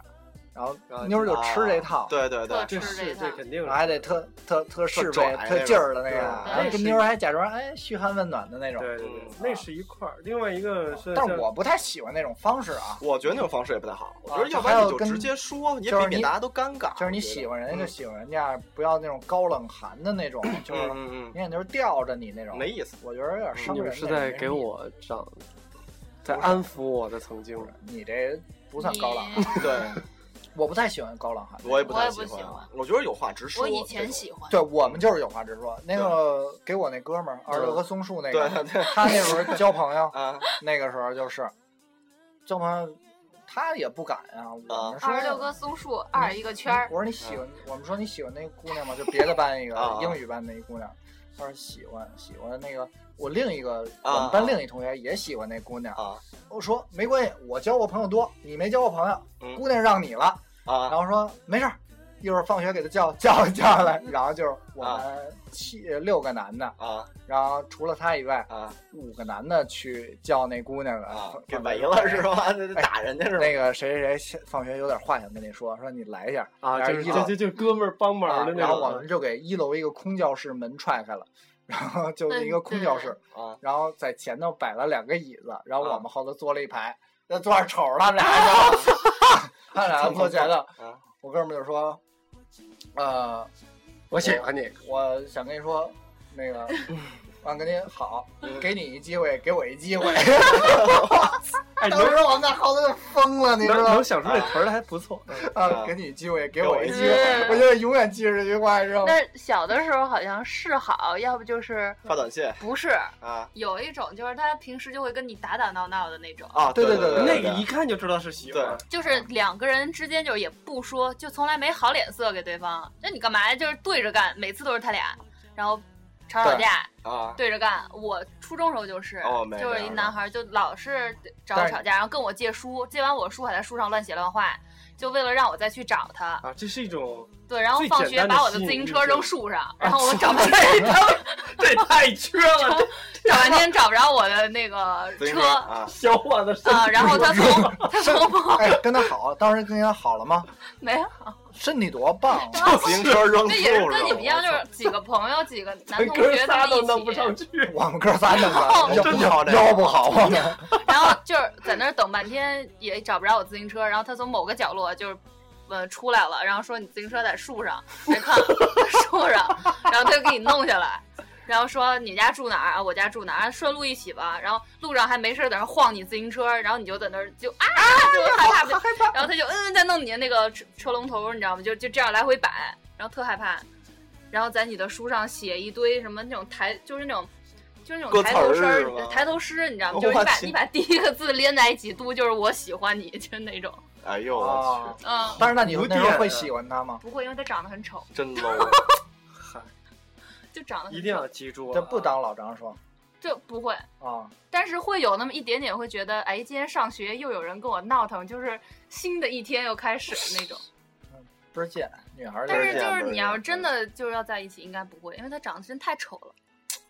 Speaker 5: 然后嗯妞
Speaker 4: 啊
Speaker 5: 儿就吃这套，
Speaker 4: 对对对
Speaker 3: 特，
Speaker 6: 这
Speaker 3: 吃
Speaker 6: 是
Speaker 3: 这
Speaker 6: 这
Speaker 3: 套
Speaker 6: 肯定是
Speaker 5: 还得特特特是
Speaker 4: 拽
Speaker 5: 呗，
Speaker 4: 那
Speaker 5: 特
Speaker 4: 种
Speaker 5: 劲儿的那个，啊
Speaker 6: 对
Speaker 4: 哎
Speaker 5: 然后
Speaker 6: 那
Speaker 5: 跟
Speaker 6: 是
Speaker 5: 妞儿还假装哎嘘寒问暖的那种。
Speaker 6: 对对对
Speaker 4: 嗯，
Speaker 6: 那是一块儿。另外一个是，
Speaker 5: 但是我不太喜欢那种方式啊，
Speaker 4: 我觉得那种方式也不太好。我觉
Speaker 5: 啊
Speaker 4: 得要不
Speaker 5: 还
Speaker 4: 然
Speaker 5: 有
Speaker 4: 你就
Speaker 5: 跟
Speaker 4: 直接说，也
Speaker 5: 就是
Speaker 4: 避免
Speaker 5: 你
Speaker 4: 大家都尴尬。
Speaker 5: 就是你
Speaker 4: 我觉得
Speaker 5: 喜欢人家就
Speaker 4: 嗯
Speaker 5: 喜欢人家，不要那种高冷寒的 那种，就是
Speaker 4: 嗯嗯
Speaker 5: 明显就是吊着你那种。
Speaker 4: 嗯，没，意思。
Speaker 5: 我觉得有点伤
Speaker 6: 你
Speaker 5: 人。
Speaker 6: 们是在给，我找，在
Speaker 5: 不是
Speaker 6: 安抚我的曾经。
Speaker 5: 你这不算高冷，
Speaker 3: 你
Speaker 4: 对，
Speaker 5: 我不太喜欢高冷寒。
Speaker 4: 我也不
Speaker 3: 我
Speaker 4: 太
Speaker 3: 也不喜
Speaker 4: 欢
Speaker 3: 欢。
Speaker 4: 我觉得有话直 说。
Speaker 3: 我以前
Speaker 4: 这种
Speaker 3: 喜欢，
Speaker 5: 对我们就是有话直说。那个给我那哥们儿二六和松树那
Speaker 4: 嗯对
Speaker 5: 个，
Speaker 4: 对对
Speaker 5: 他那会儿交朋友，
Speaker 4: 啊，
Speaker 5: 那个时候就是交朋友，他也不敢啊。我们说
Speaker 3: 二十六棵松树，二一个
Speaker 4: 嗯
Speaker 3: 圈儿，
Speaker 5: 我说你喜欢，我们说你喜欢那个姑娘吗？就别的班一
Speaker 4: 啊
Speaker 5: 个
Speaker 4: 啊
Speaker 5: 英语班那一姑娘，她说喜欢，喜欢那个我另一个我
Speaker 4: 啊
Speaker 5: 们班另一同学也喜欢那姑娘
Speaker 4: 啊。
Speaker 5: 我说没关系，我交过朋友多，你没交过朋
Speaker 4: 嗯
Speaker 5: 友，姑娘让你了。然
Speaker 4: 啊
Speaker 5: 后说没事儿，一会儿放学给她叫 叫叫来。然后就是我
Speaker 4: 啊
Speaker 5: 们七六个男的，
Speaker 4: 啊
Speaker 5: 然后除了她以外，
Speaker 4: 啊
Speaker 5: 五个男的去叫那姑娘
Speaker 4: 啊
Speaker 5: 了，，
Speaker 4: 给围了是？吧？ 那那打人家是吧？
Speaker 5: 那个谁谁谁放学有点话想跟你说，说你来一下
Speaker 6: 啊，
Speaker 5: 然
Speaker 6: 就
Speaker 5: 后
Speaker 6: 是
Speaker 5: 一
Speaker 6: 就
Speaker 5: 楼
Speaker 6: 就就哥们儿帮忙
Speaker 5: 啊
Speaker 6: 的，那
Speaker 5: 然后我
Speaker 6: 种
Speaker 5: 们，就给一楼一个空教室门踹开了，然后就是一个空教室，
Speaker 4: 啊
Speaker 5: 然后在前头摆了两个椅子，然后
Speaker 4: 啊
Speaker 5: 我们后头坐了一排，那坐着瞅着他们俩，然后他们俩坐前头，
Speaker 4: 啊
Speaker 5: 我哥们儿就说，呃，
Speaker 6: 我喜欢你，
Speaker 5: 我想跟你说，那个，我想跟你好，给你一机会，给我一机会，
Speaker 6: 哎，
Speaker 5: 当
Speaker 6: 能
Speaker 5: 时我们俩后头就疯了，你知
Speaker 6: 能
Speaker 5: 道吗
Speaker 6: 能？想出这词儿来还不错。
Speaker 5: 啊，给你一机会，给我一机
Speaker 3: 嗯
Speaker 5: 会，我就永远记着这句话，你知道吗？
Speaker 3: 但是小的时候好像是好，要不就是
Speaker 4: 发短信
Speaker 3: 不是。
Speaker 4: 啊
Speaker 3: 有一种就是他平时就会跟你打打闹闹的那种，
Speaker 4: 啊，
Speaker 5: 对
Speaker 4: 对
Speaker 5: 对
Speaker 4: 对，
Speaker 6: 那个一看就知道是喜欢，
Speaker 3: 就是两个人之间就是也不说，就从来没好脸色给对方。那你干嘛呀？就是对着干，每次都是他俩，然后吵吵架，
Speaker 4: 啊
Speaker 3: 对着干。我初中时候就是，
Speaker 4: 哦没
Speaker 3: 就是
Speaker 4: 这
Speaker 3: 一
Speaker 4: 样的
Speaker 3: 男孩就老是找我
Speaker 5: 但是
Speaker 3: 吵架，然后跟我借书，借完我书还在书上乱写乱画，就为了让我再去找他。
Speaker 6: 啊，这是一种，
Speaker 3: 对，然后
Speaker 6: 最
Speaker 3: 放
Speaker 6: 简
Speaker 3: 学
Speaker 6: 单的
Speaker 3: 把我的
Speaker 6: 吸
Speaker 3: 自
Speaker 6: 引
Speaker 3: 行
Speaker 6: 力
Speaker 3: 车
Speaker 6: 就
Speaker 3: 扔
Speaker 6: 是啊
Speaker 3: 树上，然后我找半天
Speaker 6: 这太缺 了，
Speaker 3: 找半天找不着我的那个
Speaker 4: 自行
Speaker 3: 车
Speaker 4: 啊，
Speaker 6: 小伙子身
Speaker 3: 啊，然后 他从他从
Speaker 5: 哎，跟他好，当时跟他好了吗？
Speaker 3: 没有，
Speaker 5: 身体多棒啊！
Speaker 4: 自行 车扔
Speaker 3: 那也是
Speaker 4: 树
Speaker 3: 跟
Speaker 4: 上
Speaker 3: 你们一样，
Speaker 4: 我
Speaker 3: 就
Speaker 4: 操
Speaker 3: 是几个朋友，几个男
Speaker 6: 体
Speaker 3: 同
Speaker 6: 哥
Speaker 3: 学
Speaker 6: 仨
Speaker 3: 他
Speaker 6: 都
Speaker 3: 们
Speaker 6: 弄不
Speaker 3: 一
Speaker 6: 上
Speaker 3: 起，
Speaker 6: 去，
Speaker 5: 我们哥仨弄 的，腰
Speaker 4: 哦真
Speaker 5: 不好，
Speaker 4: 的好
Speaker 5: 腰不好，我们
Speaker 3: 然后就是在那儿等半天也找不着我自行车，然后他从某个角落就是。呃，出来了，然后说你自行车在树上，没看树上，然后他就给你弄下来，然后说你家住哪儿啊？我家住哪儿？顺路一起吧。然后路上还没事儿在那儿晃你自行车，然后你就在那儿就啊，就害怕，然后他就嗯在弄你的那个车车龙头，你知道吗？就就这样来回摆，然后特害怕，然后在你的书上写一堆什么那种抬，就是那种。就是那种
Speaker 4: 歌
Speaker 3: 抬头
Speaker 4: 词
Speaker 3: 诗
Speaker 4: 儿
Speaker 3: 儿
Speaker 4: 是吧，
Speaker 3: 抬头诗，你知道吗？就是你
Speaker 4: 我
Speaker 3: 把
Speaker 4: 去
Speaker 3: 你把第一个字连在一起读，就是我喜欢你，就是那种。
Speaker 4: 哎呦我
Speaker 5: 啊
Speaker 4: 去，！
Speaker 3: 嗯，
Speaker 5: 但是那你那时候会喜欢他吗？
Speaker 3: 不会，因为他长得很丑，
Speaker 4: 真 low。啊
Speaker 3: 就长得很
Speaker 6: 一定要记住啊，
Speaker 5: 这不当老张说
Speaker 3: 就不会，
Speaker 5: 啊，
Speaker 3: 但是会有那么一点点会觉得，哎，今天上学又有人跟我闹腾，就是新的一天又开始那种。
Speaker 5: 不是贱女孩儿就
Speaker 3: 但
Speaker 5: 是
Speaker 3: 是
Speaker 5: 贱，
Speaker 3: 就是你要真的就是要在一起，应该不会，因为他长得真太丑了。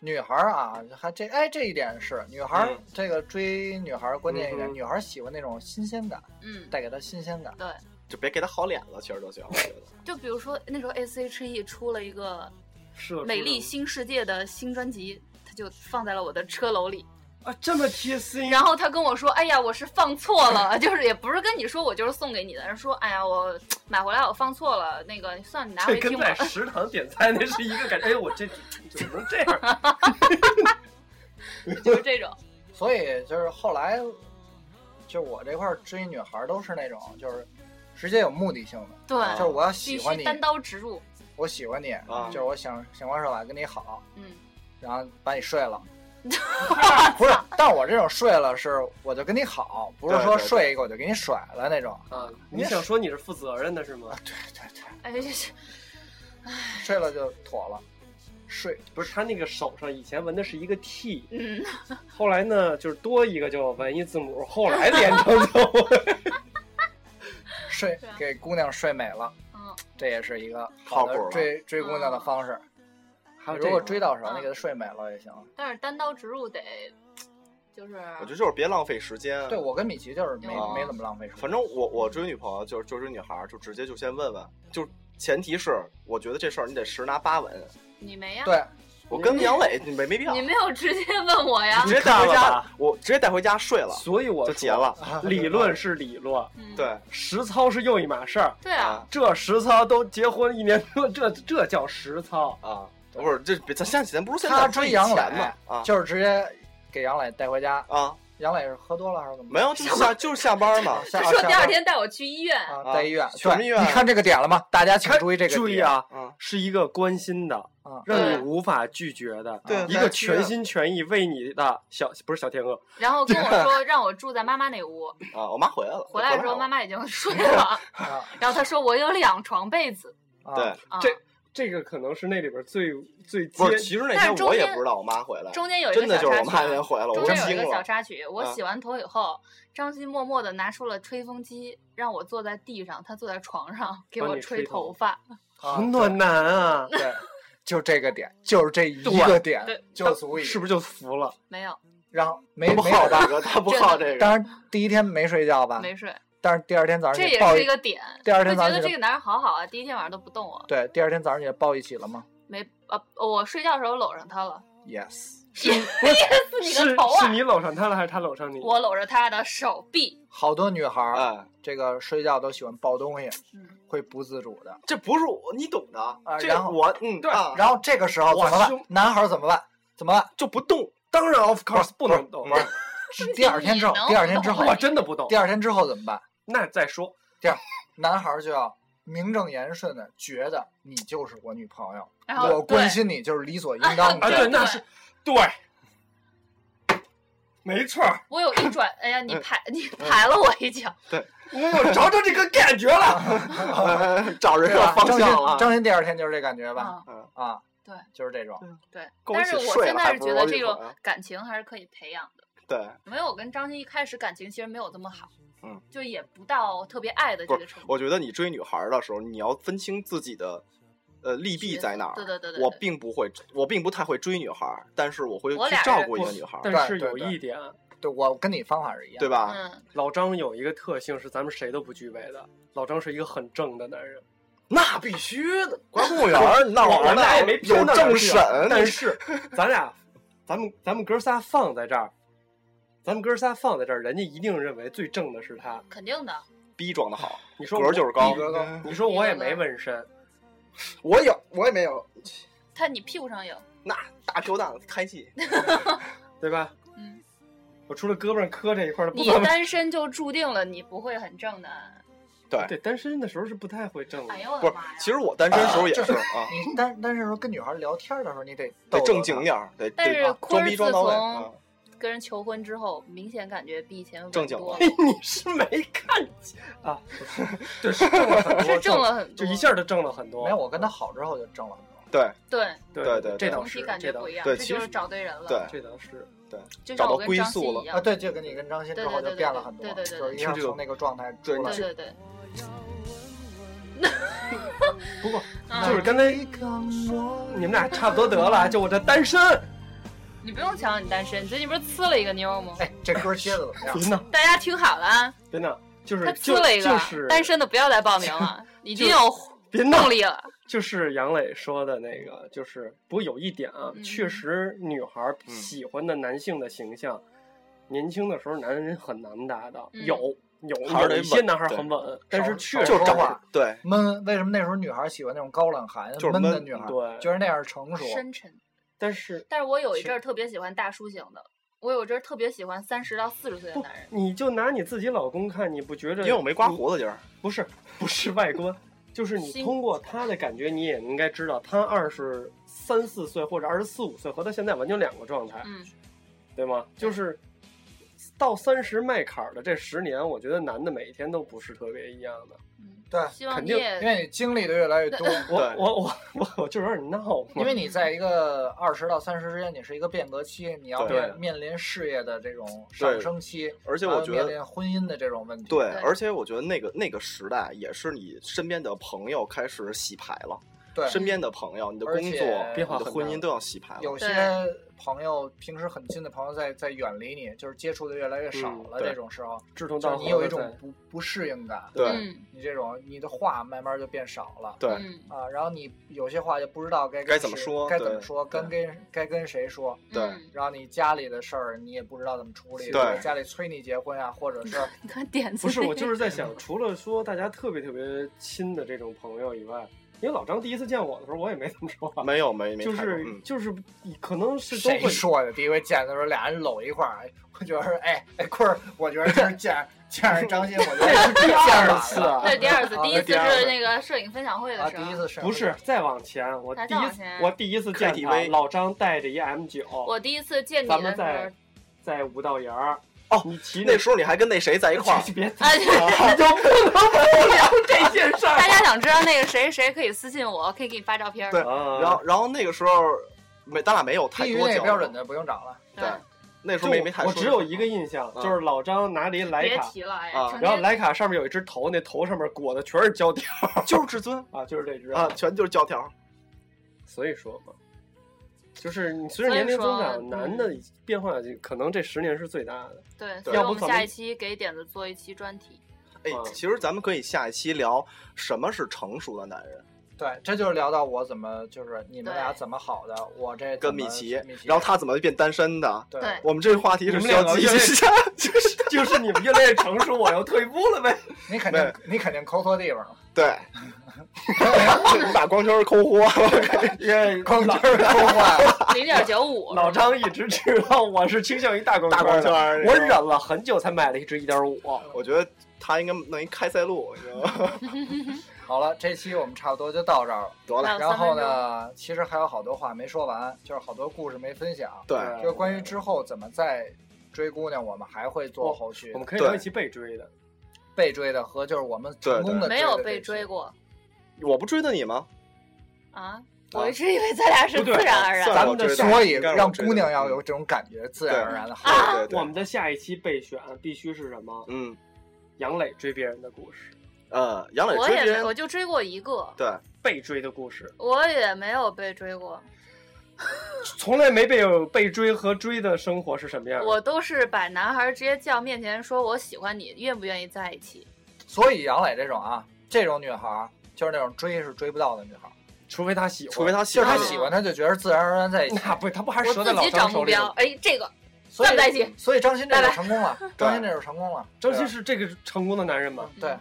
Speaker 5: 女孩儿啊，还这哎这一点是女孩儿
Speaker 4: 嗯
Speaker 5: 这个追女孩儿关键一
Speaker 4: 嗯
Speaker 5: 点，
Speaker 4: 哼
Speaker 5: 女孩儿喜欢那种新鲜感，
Speaker 3: 嗯，
Speaker 5: 带给她新鲜感。
Speaker 3: 对，
Speaker 4: 就别给他好脸了，其实都行，我觉得。
Speaker 3: 就比如说那时候 S H E 出了一个
Speaker 6: 是
Speaker 3: 《美丽新世界》的新专辑，他就放在了我的车楼里。
Speaker 6: 啊，这么贴心。
Speaker 3: 然后他跟我说：“哎呀，我是放错了， 就是也不是跟你说我就是送给你的，说哎呀我买回来我放错了，那个算你拿
Speaker 6: 这
Speaker 3: 回
Speaker 6: 跟
Speaker 3: 听
Speaker 6: 在
Speaker 3: 吧。
Speaker 6: 食堂点菜那是一个感觉，哎呦，我这怎么能这样？”
Speaker 3: 就是这种，
Speaker 5: 所以就是后来，就我这块儿追女孩儿都是那种就是直接有目的性的，
Speaker 3: 对，
Speaker 5: 就是我要
Speaker 3: 啊必
Speaker 5: 喜欢
Speaker 3: 须
Speaker 5: 你，
Speaker 3: 单刀直入。
Speaker 5: 我喜欢你，
Speaker 4: 啊
Speaker 5: 就是我想想方设法跟你好，
Speaker 3: 嗯，
Speaker 5: 然后把你睡 了。不是，但我这种睡了是我就跟你好，不是
Speaker 4: 对
Speaker 5: 说
Speaker 4: 对对
Speaker 5: 睡一个我就给你甩了那种。 啊
Speaker 6: 啊，你想说你是负责任的是吗？
Speaker 5: 对对，
Speaker 3: 哎，这是
Speaker 5: 睡了就妥了，睡
Speaker 6: 不是，他那个手上以前纹的是一个 T，
Speaker 3: 嗯，
Speaker 6: 后来呢就是多一个就纹一字母，后来连成 就。
Speaker 5: 睡
Speaker 3: 是啊
Speaker 5: 给姑娘睡美了，
Speaker 3: 嗯，
Speaker 5: 这也是一个
Speaker 4: 靠
Speaker 5: 好
Speaker 4: 谱
Speaker 5: 的
Speaker 4: 了
Speaker 5: 追追姑娘的方式。
Speaker 6: 嗯还有这
Speaker 5: 如
Speaker 6: 个
Speaker 5: 果追到手，
Speaker 3: 嗯
Speaker 5: 你给她睡美了也行。
Speaker 3: 但是单刀直入得就是
Speaker 4: 我觉得就是别浪费时间。
Speaker 5: 对，我跟米奇就是没
Speaker 3: 有
Speaker 5: 没怎么浪费时间
Speaker 4: 啊反。正我我追女朋友就是就追女孩儿，就直接就先问问，就前提是我觉得这事儿你得十拿八稳。
Speaker 3: 你没呀，
Speaker 5: 对，
Speaker 4: 我
Speaker 5: 嗯
Speaker 4: 跟杨伟你没没必要，
Speaker 3: 你
Speaker 4: 你
Speaker 3: 没有直接问我呀
Speaker 4: 直。接带回
Speaker 6: 看了
Speaker 4: 家，我直接带回家睡了
Speaker 6: 所以我
Speaker 4: 就
Speaker 6: 说
Speaker 4: 结了。
Speaker 6: 理论是理论，
Speaker 3: 嗯，
Speaker 4: 对
Speaker 6: 实操是又一码事儿。
Speaker 3: 对啊，
Speaker 6: 这实操都结婚一年多，这这叫实操。
Speaker 4: 啊，不是这别咱现在咱不是现在
Speaker 5: 他追杨
Speaker 4: 以
Speaker 5: 磊
Speaker 4: 前嘛啊
Speaker 5: 就是直接给杨磊带回家。
Speaker 4: 啊
Speaker 5: 杨磊是喝多了还是怎么着？
Speaker 4: 没有就是下就是下班 嘛
Speaker 5: 下
Speaker 3: 说第二
Speaker 5: 班
Speaker 3: 天带我去医院，
Speaker 5: 啊，
Speaker 4: 啊
Speaker 5: 在医院，
Speaker 4: 去
Speaker 5: 对，
Speaker 4: 什么医院哎
Speaker 5: 你看这个点了吗？大家请注意这个点。
Speaker 6: 注意！啊，
Speaker 4: 啊
Speaker 6: 是一个关心的，
Speaker 5: 啊嗯
Speaker 6: 让你
Speaker 3: 对
Speaker 6: 无法拒绝的，
Speaker 4: 对
Speaker 6: 一个全心全意为你的小不是小天鹅，
Speaker 3: 然后跟我说让我住在妈妈那屋，
Speaker 4: 啊！我妈回来了，
Speaker 3: 回来的时候妈妈已经 睡了，
Speaker 5: 啊
Speaker 3: 然后他说我有两床被子
Speaker 5: 啊
Speaker 4: 对，
Speaker 3: 啊。
Speaker 6: 这这个可能是那里边最最接
Speaker 4: 不是， 其实那
Speaker 3: 但
Speaker 4: 天
Speaker 3: 是中
Speaker 4: 我也
Speaker 3: 间
Speaker 4: 不知道我妈回来，
Speaker 3: 中间有一个
Speaker 4: 真的
Speaker 3: 小
Speaker 4: 就是我妈
Speaker 3: 插
Speaker 4: 那
Speaker 3: 曲
Speaker 4: 天，回来了，我
Speaker 3: 中
Speaker 4: 真
Speaker 3: 间有一
Speaker 4: 惊
Speaker 3: 个 小
Speaker 4: 了。
Speaker 3: 插曲。我
Speaker 4: 啊
Speaker 3: 洗完头以后，张鑫默默的拿出了吹风机，让我坐在地上，他坐在床上给
Speaker 6: 帮
Speaker 3: 我
Speaker 6: 你吹头
Speaker 3: 头发。
Speaker 5: 啊
Speaker 6: 好暖男啊，
Speaker 5: 对，就这个点，就是这一
Speaker 6: 对
Speaker 5: 个点
Speaker 3: 对
Speaker 5: 就足 以
Speaker 6: 是不是就服了？
Speaker 3: 没有，
Speaker 5: 然后没
Speaker 4: 他不
Speaker 5: 没有
Speaker 4: 好
Speaker 5: 吧
Speaker 4: 这？个，他不
Speaker 3: 真的
Speaker 4: 好这个
Speaker 5: 当。然第一天没睡觉
Speaker 4: 啊
Speaker 5: 吧，
Speaker 3: 没睡，
Speaker 5: 但是第二天早上
Speaker 3: 这
Speaker 5: 你
Speaker 3: 也
Speaker 5: 抱
Speaker 3: 是一
Speaker 5: 一
Speaker 3: 个 点。
Speaker 5: 第二
Speaker 3: 我
Speaker 5: 天
Speaker 3: 觉
Speaker 5: 早上
Speaker 3: 得
Speaker 5: 你
Speaker 3: 这
Speaker 5: 就
Speaker 3: 个男人好好啊，第一天晚上都不动我，
Speaker 5: 对，第二天早上你就抱一起了吗
Speaker 3: 没呃，我睡觉的时候搂上他了，
Speaker 5: ？Yes，
Speaker 6: 是
Speaker 3: 是你
Speaker 6: 是
Speaker 3: 的头啊
Speaker 6: 是！你搂上他了，还是他搂上你？
Speaker 3: 我搂着他的手臂，
Speaker 5: 好多女孩儿
Speaker 4: 哎，
Speaker 5: 这个睡觉都喜欢抱东西
Speaker 3: 嗯，
Speaker 5: 会不自主的。
Speaker 4: 这不是我，你懂的。
Speaker 5: 啊
Speaker 4: 这
Speaker 5: 然后
Speaker 4: 我嗯
Speaker 6: 对
Speaker 4: 啊，
Speaker 5: 然后这个时候
Speaker 6: 哇
Speaker 5: 怎么办
Speaker 6: 胸？
Speaker 5: 男孩儿怎么办？怎么办？
Speaker 6: 就不动，当然 of course 不能动，啊
Speaker 5: 不是，是第二天之后
Speaker 3: 你，能
Speaker 5: 第二天之后，
Speaker 6: 我真的不动
Speaker 5: 第。二天之后怎么办？
Speaker 6: 那再说，
Speaker 5: 男孩儿就要名正言顺的觉得你就是我女朋友，
Speaker 3: 然后
Speaker 5: 我关
Speaker 3: 对
Speaker 5: 心你就是理所应当
Speaker 6: 啊，
Speaker 5: 的。
Speaker 6: 对，那是对，没错儿，
Speaker 3: 我有一转，哎呀，
Speaker 4: 嗯
Speaker 3: 你拍你拍了我一脚，
Speaker 6: 我有找到这个感觉了。
Speaker 4: 找人
Speaker 5: 对
Speaker 4: 要
Speaker 5: 吧？
Speaker 4: 方
Speaker 5: 张
Speaker 4: 向
Speaker 5: 鑫，
Speaker 4: 了。
Speaker 5: 张鑫第二天就是这感觉吧？
Speaker 3: 啊，
Speaker 5: 啊，
Speaker 3: 对
Speaker 5: 就是这种。
Speaker 3: 对。
Speaker 4: 跟我一
Speaker 3: 但
Speaker 4: 啊
Speaker 3: 是
Speaker 4: 起
Speaker 3: 我
Speaker 4: 睡
Speaker 3: 现
Speaker 4: 了
Speaker 3: 在
Speaker 4: 还
Speaker 3: 是
Speaker 4: 不
Speaker 3: 觉
Speaker 4: 如
Speaker 3: 得
Speaker 4: 我
Speaker 3: 这
Speaker 4: 女朋
Speaker 3: 种
Speaker 4: 友
Speaker 3: 感情还是可以培养的。
Speaker 4: 对，
Speaker 3: 没有，我跟张鑫一开始感情其实没有这么好，
Speaker 4: 嗯，
Speaker 3: 就也不到特别爱的这个程度。
Speaker 4: 我觉得你追女孩儿的时候，你要分清自己的呃利弊在哪儿。
Speaker 3: 对对对对
Speaker 4: 我
Speaker 3: 对
Speaker 4: 并不会，我并不太会追女孩儿，但是我会
Speaker 3: 我
Speaker 4: 去
Speaker 3: 俩
Speaker 4: 照
Speaker 3: 人
Speaker 4: 顾一个女孩儿，
Speaker 6: 但是
Speaker 5: 对
Speaker 6: 有
Speaker 5: 对
Speaker 6: 一点，
Speaker 5: 对我跟你方法是一样。
Speaker 4: 对吧？
Speaker 3: 嗯，
Speaker 6: 老张有一个特性是咱们谁都不具备的。老张是一个很正的男人，
Speaker 4: 那必须的，管公务员 儿闹
Speaker 6: 我
Speaker 4: 玩
Speaker 6: 们俩
Speaker 4: 呢，
Speaker 6: 也没
Speaker 4: 有
Speaker 6: 偏到哪儿
Speaker 4: 政
Speaker 6: 去啊
Speaker 4: 审，
Speaker 6: 但是咱俩，咱们咱们哥仨放在这儿，咱们哥仨放在这儿，人家一定认为最正的是他。
Speaker 3: 肯定的。
Speaker 4: 逼装的好，
Speaker 6: 你说
Speaker 4: 格儿
Speaker 6: 我
Speaker 4: 就是高
Speaker 5: 逼。格高
Speaker 6: 你说我也没纹身，
Speaker 4: 我有，我也没有，
Speaker 3: 他你屁股上有，
Speaker 4: 那大屁股蛋子开 戏，
Speaker 6: 对吧？
Speaker 3: 嗯，
Speaker 6: 我除了胳膊上磕这一块儿，不
Speaker 3: 你
Speaker 6: 怎么
Speaker 3: 单身就注定了你不会很正的。
Speaker 6: 对单身的时候是不太会正的
Speaker 3: 哎。呦我
Speaker 4: 不
Speaker 3: 的
Speaker 4: 是
Speaker 3: 妈呀！，
Speaker 4: 其实我单身时候也
Speaker 5: 就是
Speaker 4: 是啊，
Speaker 5: 你但但是说跟女孩聊天的时候，你得
Speaker 4: 得
Speaker 5: 逗逗
Speaker 4: 正
Speaker 5: 她
Speaker 4: 经。点儿，得
Speaker 3: 但是
Speaker 4: 得
Speaker 3: 坤
Speaker 4: 装
Speaker 3: 儿
Speaker 4: 逼
Speaker 3: 自
Speaker 4: 装到位。
Speaker 3: 从
Speaker 4: 啊
Speaker 3: 跟人求婚之后，明显感觉比以前稳
Speaker 4: 正经
Speaker 3: 多
Speaker 4: 了
Speaker 3: 了，
Speaker 6: 你是没看见啊？对，是正了很多，
Speaker 3: 是正，了很
Speaker 6: 就
Speaker 3: 多，
Speaker 6: 一下就正了很多。
Speaker 5: 没有，我跟她好之后就正了很多。
Speaker 4: 对
Speaker 3: 对，
Speaker 4: 对
Speaker 6: 对
Speaker 4: 对
Speaker 6: 这倒
Speaker 3: 整
Speaker 6: 是
Speaker 3: 体，感觉
Speaker 6: 这倒
Speaker 3: 不一样，
Speaker 4: 对
Speaker 3: 这
Speaker 4: 其
Speaker 3: 就是
Speaker 4: 实
Speaker 3: 找对人了。
Speaker 4: 对，
Speaker 6: 这倒是。
Speaker 3: 就
Speaker 4: 找
Speaker 3: 像
Speaker 4: 到
Speaker 3: 我跟
Speaker 4: 归
Speaker 3: 张
Speaker 4: 宿
Speaker 3: 欣
Speaker 4: 了
Speaker 3: 一
Speaker 5: 啊，
Speaker 3: 样，
Speaker 5: 对，就跟你跟张鑫之后就变了很多，
Speaker 3: 对对对对对对
Speaker 5: 就是一下从那个状态出来
Speaker 3: 对。对对，
Speaker 6: 不过
Speaker 3: 嗯
Speaker 6: 就是刚才你们俩差不多得了，就我这单身。
Speaker 3: 你不用抢，你单身，你最近不是呲了一个妞吗？
Speaker 5: 哎，这歌接的怎么样？
Speaker 6: 别闹，
Speaker 3: 大家听好了啊，
Speaker 6: 别闹，就是
Speaker 3: 他
Speaker 6: 就
Speaker 3: 呲了一个
Speaker 6: 就是
Speaker 3: 单身的，不要再报 名了，已经
Speaker 6: 就
Speaker 3: 有
Speaker 6: 别闹
Speaker 3: 动力了。
Speaker 6: 就是杨磊说的那个，就是不过有一点啊，
Speaker 3: 嗯
Speaker 6: 确实女孩儿喜欢的男性的形象，年轻的时候男人很难达到，
Speaker 3: 嗯
Speaker 6: 有有
Speaker 4: 还是得
Speaker 6: 有一些
Speaker 4: 稳
Speaker 6: 男孩儿
Speaker 4: 对
Speaker 6: 很稳，但是
Speaker 5: 少
Speaker 6: 确
Speaker 5: 少
Speaker 6: 实
Speaker 4: 就是
Speaker 5: 说
Speaker 4: 长
Speaker 5: 话
Speaker 4: 对，
Speaker 5: 闷，为什么那时候女孩喜欢那种高冷寒、
Speaker 4: 就是
Speaker 5: 闷的
Speaker 4: 闷
Speaker 5: 女孩？
Speaker 6: 对
Speaker 5: 觉得那样成熟。
Speaker 3: 深沉。
Speaker 6: 但是
Speaker 3: 但是我有一
Speaker 6: 是
Speaker 3: 阵儿特别喜欢大叔型的，我有一阵儿特别喜欢三十到四十岁的
Speaker 6: 不
Speaker 3: 男人，。
Speaker 6: 你就拿你自己老公看，你不觉着？
Speaker 4: 因为我没刮胡子，今儿
Speaker 6: 不是不是外观，就是你
Speaker 3: 心
Speaker 6: 通过他的感觉，你也应该知道他二十三四岁或者二十四五岁和他现在完全两个状态，
Speaker 3: 嗯，
Speaker 6: 对吗？就是到三十迈坎儿的这十年，我觉得男的每一天都不是特别一样的。
Speaker 5: 对，
Speaker 3: 希望
Speaker 6: 肯
Speaker 3: 你
Speaker 6: 定
Speaker 5: 因
Speaker 3: 也
Speaker 5: 为你经历的越来越多，
Speaker 6: 我
Speaker 4: 对
Speaker 6: 我 我我我就有点闹嘛，
Speaker 5: 因为你在一个二十到三十之间，你是一个变革期，你要
Speaker 4: 对
Speaker 5: 面面临事业的这种上升期，
Speaker 4: 而且
Speaker 5: 还
Speaker 6: 啊
Speaker 4: 我
Speaker 5: 有
Speaker 4: 觉
Speaker 5: 面
Speaker 4: 得。
Speaker 5: 临婚姻的这种问题。
Speaker 4: 对
Speaker 3: 对，
Speaker 4: 而且我觉得那个那个时代也是你身边的朋友开始洗牌了，
Speaker 5: 对，
Speaker 4: 身边的朋友、你的
Speaker 5: 而
Speaker 4: 工
Speaker 5: 且
Speaker 4: 作、你
Speaker 6: 变化
Speaker 4: 的
Speaker 6: 很
Speaker 4: 婚
Speaker 6: 大
Speaker 4: 姻都要洗牌了。
Speaker 5: 有些朋友平时很近的朋友在在远离你，就是接触的越来越少
Speaker 6: 嗯
Speaker 5: 了。
Speaker 4: 对
Speaker 5: 这种时候，
Speaker 6: 志同
Speaker 5: 就
Speaker 6: 道
Speaker 5: 是
Speaker 6: 合
Speaker 5: 你有
Speaker 6: 的
Speaker 5: 一种
Speaker 6: 在
Speaker 5: 不不适应感，
Speaker 4: 对
Speaker 3: 嗯
Speaker 5: 你这种你的话慢慢就变少了。
Speaker 4: 对，
Speaker 3: 嗯
Speaker 5: 啊，然后你有些话就不知道该
Speaker 4: 该
Speaker 5: 跟
Speaker 4: 怎么
Speaker 5: 谁
Speaker 4: 说
Speaker 5: 该怎么
Speaker 4: 对
Speaker 5: 说，跟跟该跟谁说，
Speaker 4: 对
Speaker 3: 嗯
Speaker 5: 然后你家里的事儿你也不知道怎么处理，
Speaker 4: 对
Speaker 5: 就是家里催你结婚啊，或者是
Speaker 3: 你看点子
Speaker 6: 不是我 就是是在想，除了说大家特别特别亲的这种朋友以外，因为老张第一次见我的时候，我也没怎么说话，
Speaker 4: 没有没没
Speaker 6: 就
Speaker 4: 太多
Speaker 6: 是
Speaker 4: 嗯
Speaker 6: 就是可能是都
Speaker 5: 谁
Speaker 6: 会
Speaker 5: 说的？第一回见的时候，俩人搂一块儿，哎我觉得哎哎坤儿，我觉得今 儿见见着张鑫，我觉得是
Speaker 6: 第
Speaker 5: 见
Speaker 6: 二
Speaker 5: 二
Speaker 6: 次啊
Speaker 3: 这是第二次
Speaker 5: 啊，
Speaker 3: 第一次
Speaker 5: 第二次
Speaker 3: 是那个摄影分享会
Speaker 5: 啊，
Speaker 3: 的时
Speaker 5: 第一
Speaker 3: 候，
Speaker 5: 次是
Speaker 6: 不是，再往前，我
Speaker 3: 再
Speaker 6: 第一
Speaker 3: 往
Speaker 6: 次
Speaker 3: 前
Speaker 6: 我第一次见他，
Speaker 4: KTV
Speaker 6: 老张带着一 M 九，
Speaker 3: 我第一次见你
Speaker 6: 咱
Speaker 3: 的
Speaker 6: 们
Speaker 3: 时候
Speaker 6: 在，在五道营儿
Speaker 4: 哦
Speaker 6: 你骑
Speaker 4: 那
Speaker 6: 着，
Speaker 4: 时候你还跟那谁在一块儿
Speaker 6: 别
Speaker 3: 啊，
Speaker 6: 你就不能 不聊这件事
Speaker 3: 大
Speaker 6: 儿。
Speaker 3: 家想知道那个谁谁可以私信我，可以给你发照片儿。
Speaker 4: 对然
Speaker 6: 然
Speaker 4: 后然后那个时候没咱俩没有太
Speaker 5: 低于
Speaker 4: 多
Speaker 5: 那
Speaker 4: 交
Speaker 5: 个标准
Speaker 4: 流，
Speaker 5: 的不用找了，
Speaker 4: 对
Speaker 3: 嗯，
Speaker 4: 那时
Speaker 6: 就
Speaker 4: 候没没太
Speaker 6: 我
Speaker 4: 说。
Speaker 6: 只有一个印象，
Speaker 4: 嗯
Speaker 6: 就是老张拿了一徕
Speaker 3: 别
Speaker 6: 卡，
Speaker 3: 提了，哎
Speaker 4: 啊，
Speaker 3: 成
Speaker 6: 然后
Speaker 3: 天
Speaker 6: 徕卡上面有一只头，那头上面裹的全是胶条
Speaker 4: 就是至 尊
Speaker 6: 啊，就是这只
Speaker 4: 啊，全就是胶条。
Speaker 6: 所以说嘛，就是你随着年龄增
Speaker 3: 所以
Speaker 6: 长，
Speaker 3: 说嗯
Speaker 6: 男的变化就可能这十年是最大的。
Speaker 3: 对，
Speaker 4: 对
Speaker 3: 所以
Speaker 6: 要
Speaker 3: 我
Speaker 6: 不
Speaker 3: 们
Speaker 6: 咱
Speaker 3: 下
Speaker 6: 们
Speaker 3: 一期给点子做一期专题。
Speaker 4: 哎
Speaker 6: 嗯，
Speaker 4: 其实咱们可以下一期聊什么是成熟的男人，
Speaker 5: 对，这就是聊到我怎么就是你们
Speaker 3: 对
Speaker 5: 俩怎么好的，我这
Speaker 4: 跟
Speaker 5: 怎么
Speaker 4: 米奇
Speaker 5: 米奇，
Speaker 4: 然后他怎么变单身的。
Speaker 5: 对
Speaker 3: 对
Speaker 4: 我们这个话题是需要
Speaker 6: 你们
Speaker 4: 继
Speaker 6: 两 个
Speaker 4: 续下，就是
Speaker 6: 就是你们越来越成熟，我要退步了 呗。
Speaker 5: 你肯定你肯定抠错地方了，
Speaker 4: 对，你把光圈抠豁，
Speaker 6: 因 为
Speaker 5: 坑就是抠坏了。
Speaker 3: 零点九五，
Speaker 6: 老张一直知道我是倾向于大光
Speaker 4: 大光
Speaker 6: 的
Speaker 4: 圈儿那种
Speaker 6: 我忍了很久才买了一支一点五。
Speaker 4: 我觉得他应该弄一开塞露，你知道吗？
Speaker 5: 好了，这期我们差不多就到这儿了。
Speaker 4: 得
Speaker 3: 还
Speaker 4: 了，
Speaker 3: 有
Speaker 5: 然
Speaker 3: 三
Speaker 5: 后
Speaker 3: 分钟，
Speaker 5: 呢，其实还有好多话没说完，就是好多故事没分享，
Speaker 4: 对
Speaker 5: 就是关于之后怎么再追姑娘，我们还会做
Speaker 4: 哦
Speaker 5: 后续
Speaker 6: 我们可以聊一起被追的。
Speaker 5: 被追的和就是我们成功的
Speaker 3: 没有被追
Speaker 5: 过，
Speaker 3: 过
Speaker 4: 我不追的你吗？
Speaker 3: 啊，
Speaker 4: 啊
Speaker 3: 我一直以为咱俩是
Speaker 6: 不
Speaker 3: 自
Speaker 6: 对
Speaker 3: 然而然
Speaker 4: 算是
Speaker 3: 的。
Speaker 6: 咱
Speaker 4: 我
Speaker 6: 们的
Speaker 4: 追的，
Speaker 5: 所以
Speaker 4: 应该是
Speaker 5: 让
Speaker 4: 我追
Speaker 5: 姑
Speaker 4: 的
Speaker 5: 娘要有这种感觉，自然而然的好。
Speaker 4: 对对
Speaker 6: 我们
Speaker 4: 对，
Speaker 6: 的下一期备选啊必须是什么？
Speaker 4: 嗯
Speaker 6: 杨磊追别人的故事，
Speaker 4: 呃，杨磊
Speaker 3: 我
Speaker 4: 追
Speaker 3: 也
Speaker 4: 别
Speaker 3: 没，我
Speaker 4: 人，
Speaker 3: 就追过一个，
Speaker 4: 对，
Speaker 6: 被追的故事，
Speaker 3: 我也没有被追过，
Speaker 6: 从来没被有被追和追的生活是什么样的。
Speaker 3: 我都是把男孩直接叫面前说我喜欢你，愿不愿意在一起？
Speaker 5: 所以杨磊这种啊，这种女孩儿就是那种追是追不到的女孩儿，
Speaker 6: 除非他喜欢，
Speaker 4: 除非他喜
Speaker 5: 就是她
Speaker 4: 欢
Speaker 3: 啊
Speaker 5: 喜
Speaker 4: 你，
Speaker 5: 欢，她就觉得自然而然在一
Speaker 3: 嗯
Speaker 5: 起。
Speaker 6: 那不，他不还
Speaker 3: 我
Speaker 6: 折在
Speaker 3: 自
Speaker 6: 老
Speaker 3: 己找
Speaker 6: 张
Speaker 3: 目
Speaker 6: 手里
Speaker 3: 标
Speaker 6: 吗？。
Speaker 3: 哎，这个
Speaker 5: 所以
Speaker 3: 在不在一起
Speaker 5: 所以张鑫这
Speaker 3: 拜
Speaker 5: 就
Speaker 3: 拜
Speaker 5: 成 功了，张鑫这就成功了。
Speaker 6: 张鑫
Speaker 5: 对吧
Speaker 6: 是这个成功的男人嘛，
Speaker 5: 对，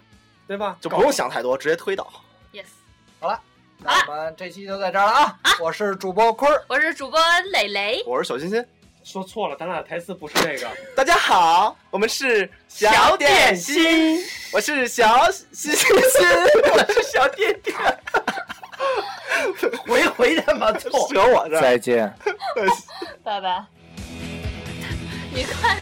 Speaker 6: 对吧？
Speaker 4: 啊就
Speaker 6: 搞
Speaker 4: 不用想太多，直接推倒。
Speaker 3: ，yes，
Speaker 5: 那我们这期就在这儿了啊！我是主播坤儿，
Speaker 3: 我是主播磊磊。
Speaker 4: 我是小欣欣，
Speaker 6: 说错了，咱俩台词不是这个。
Speaker 4: 大家好，我们是小点心，我是小欣欣，我是 小点 点，
Speaker 6: 回回他妈
Speaker 4: 扯我这儿。
Speaker 5: 见。
Speaker 3: 拜拜。你看。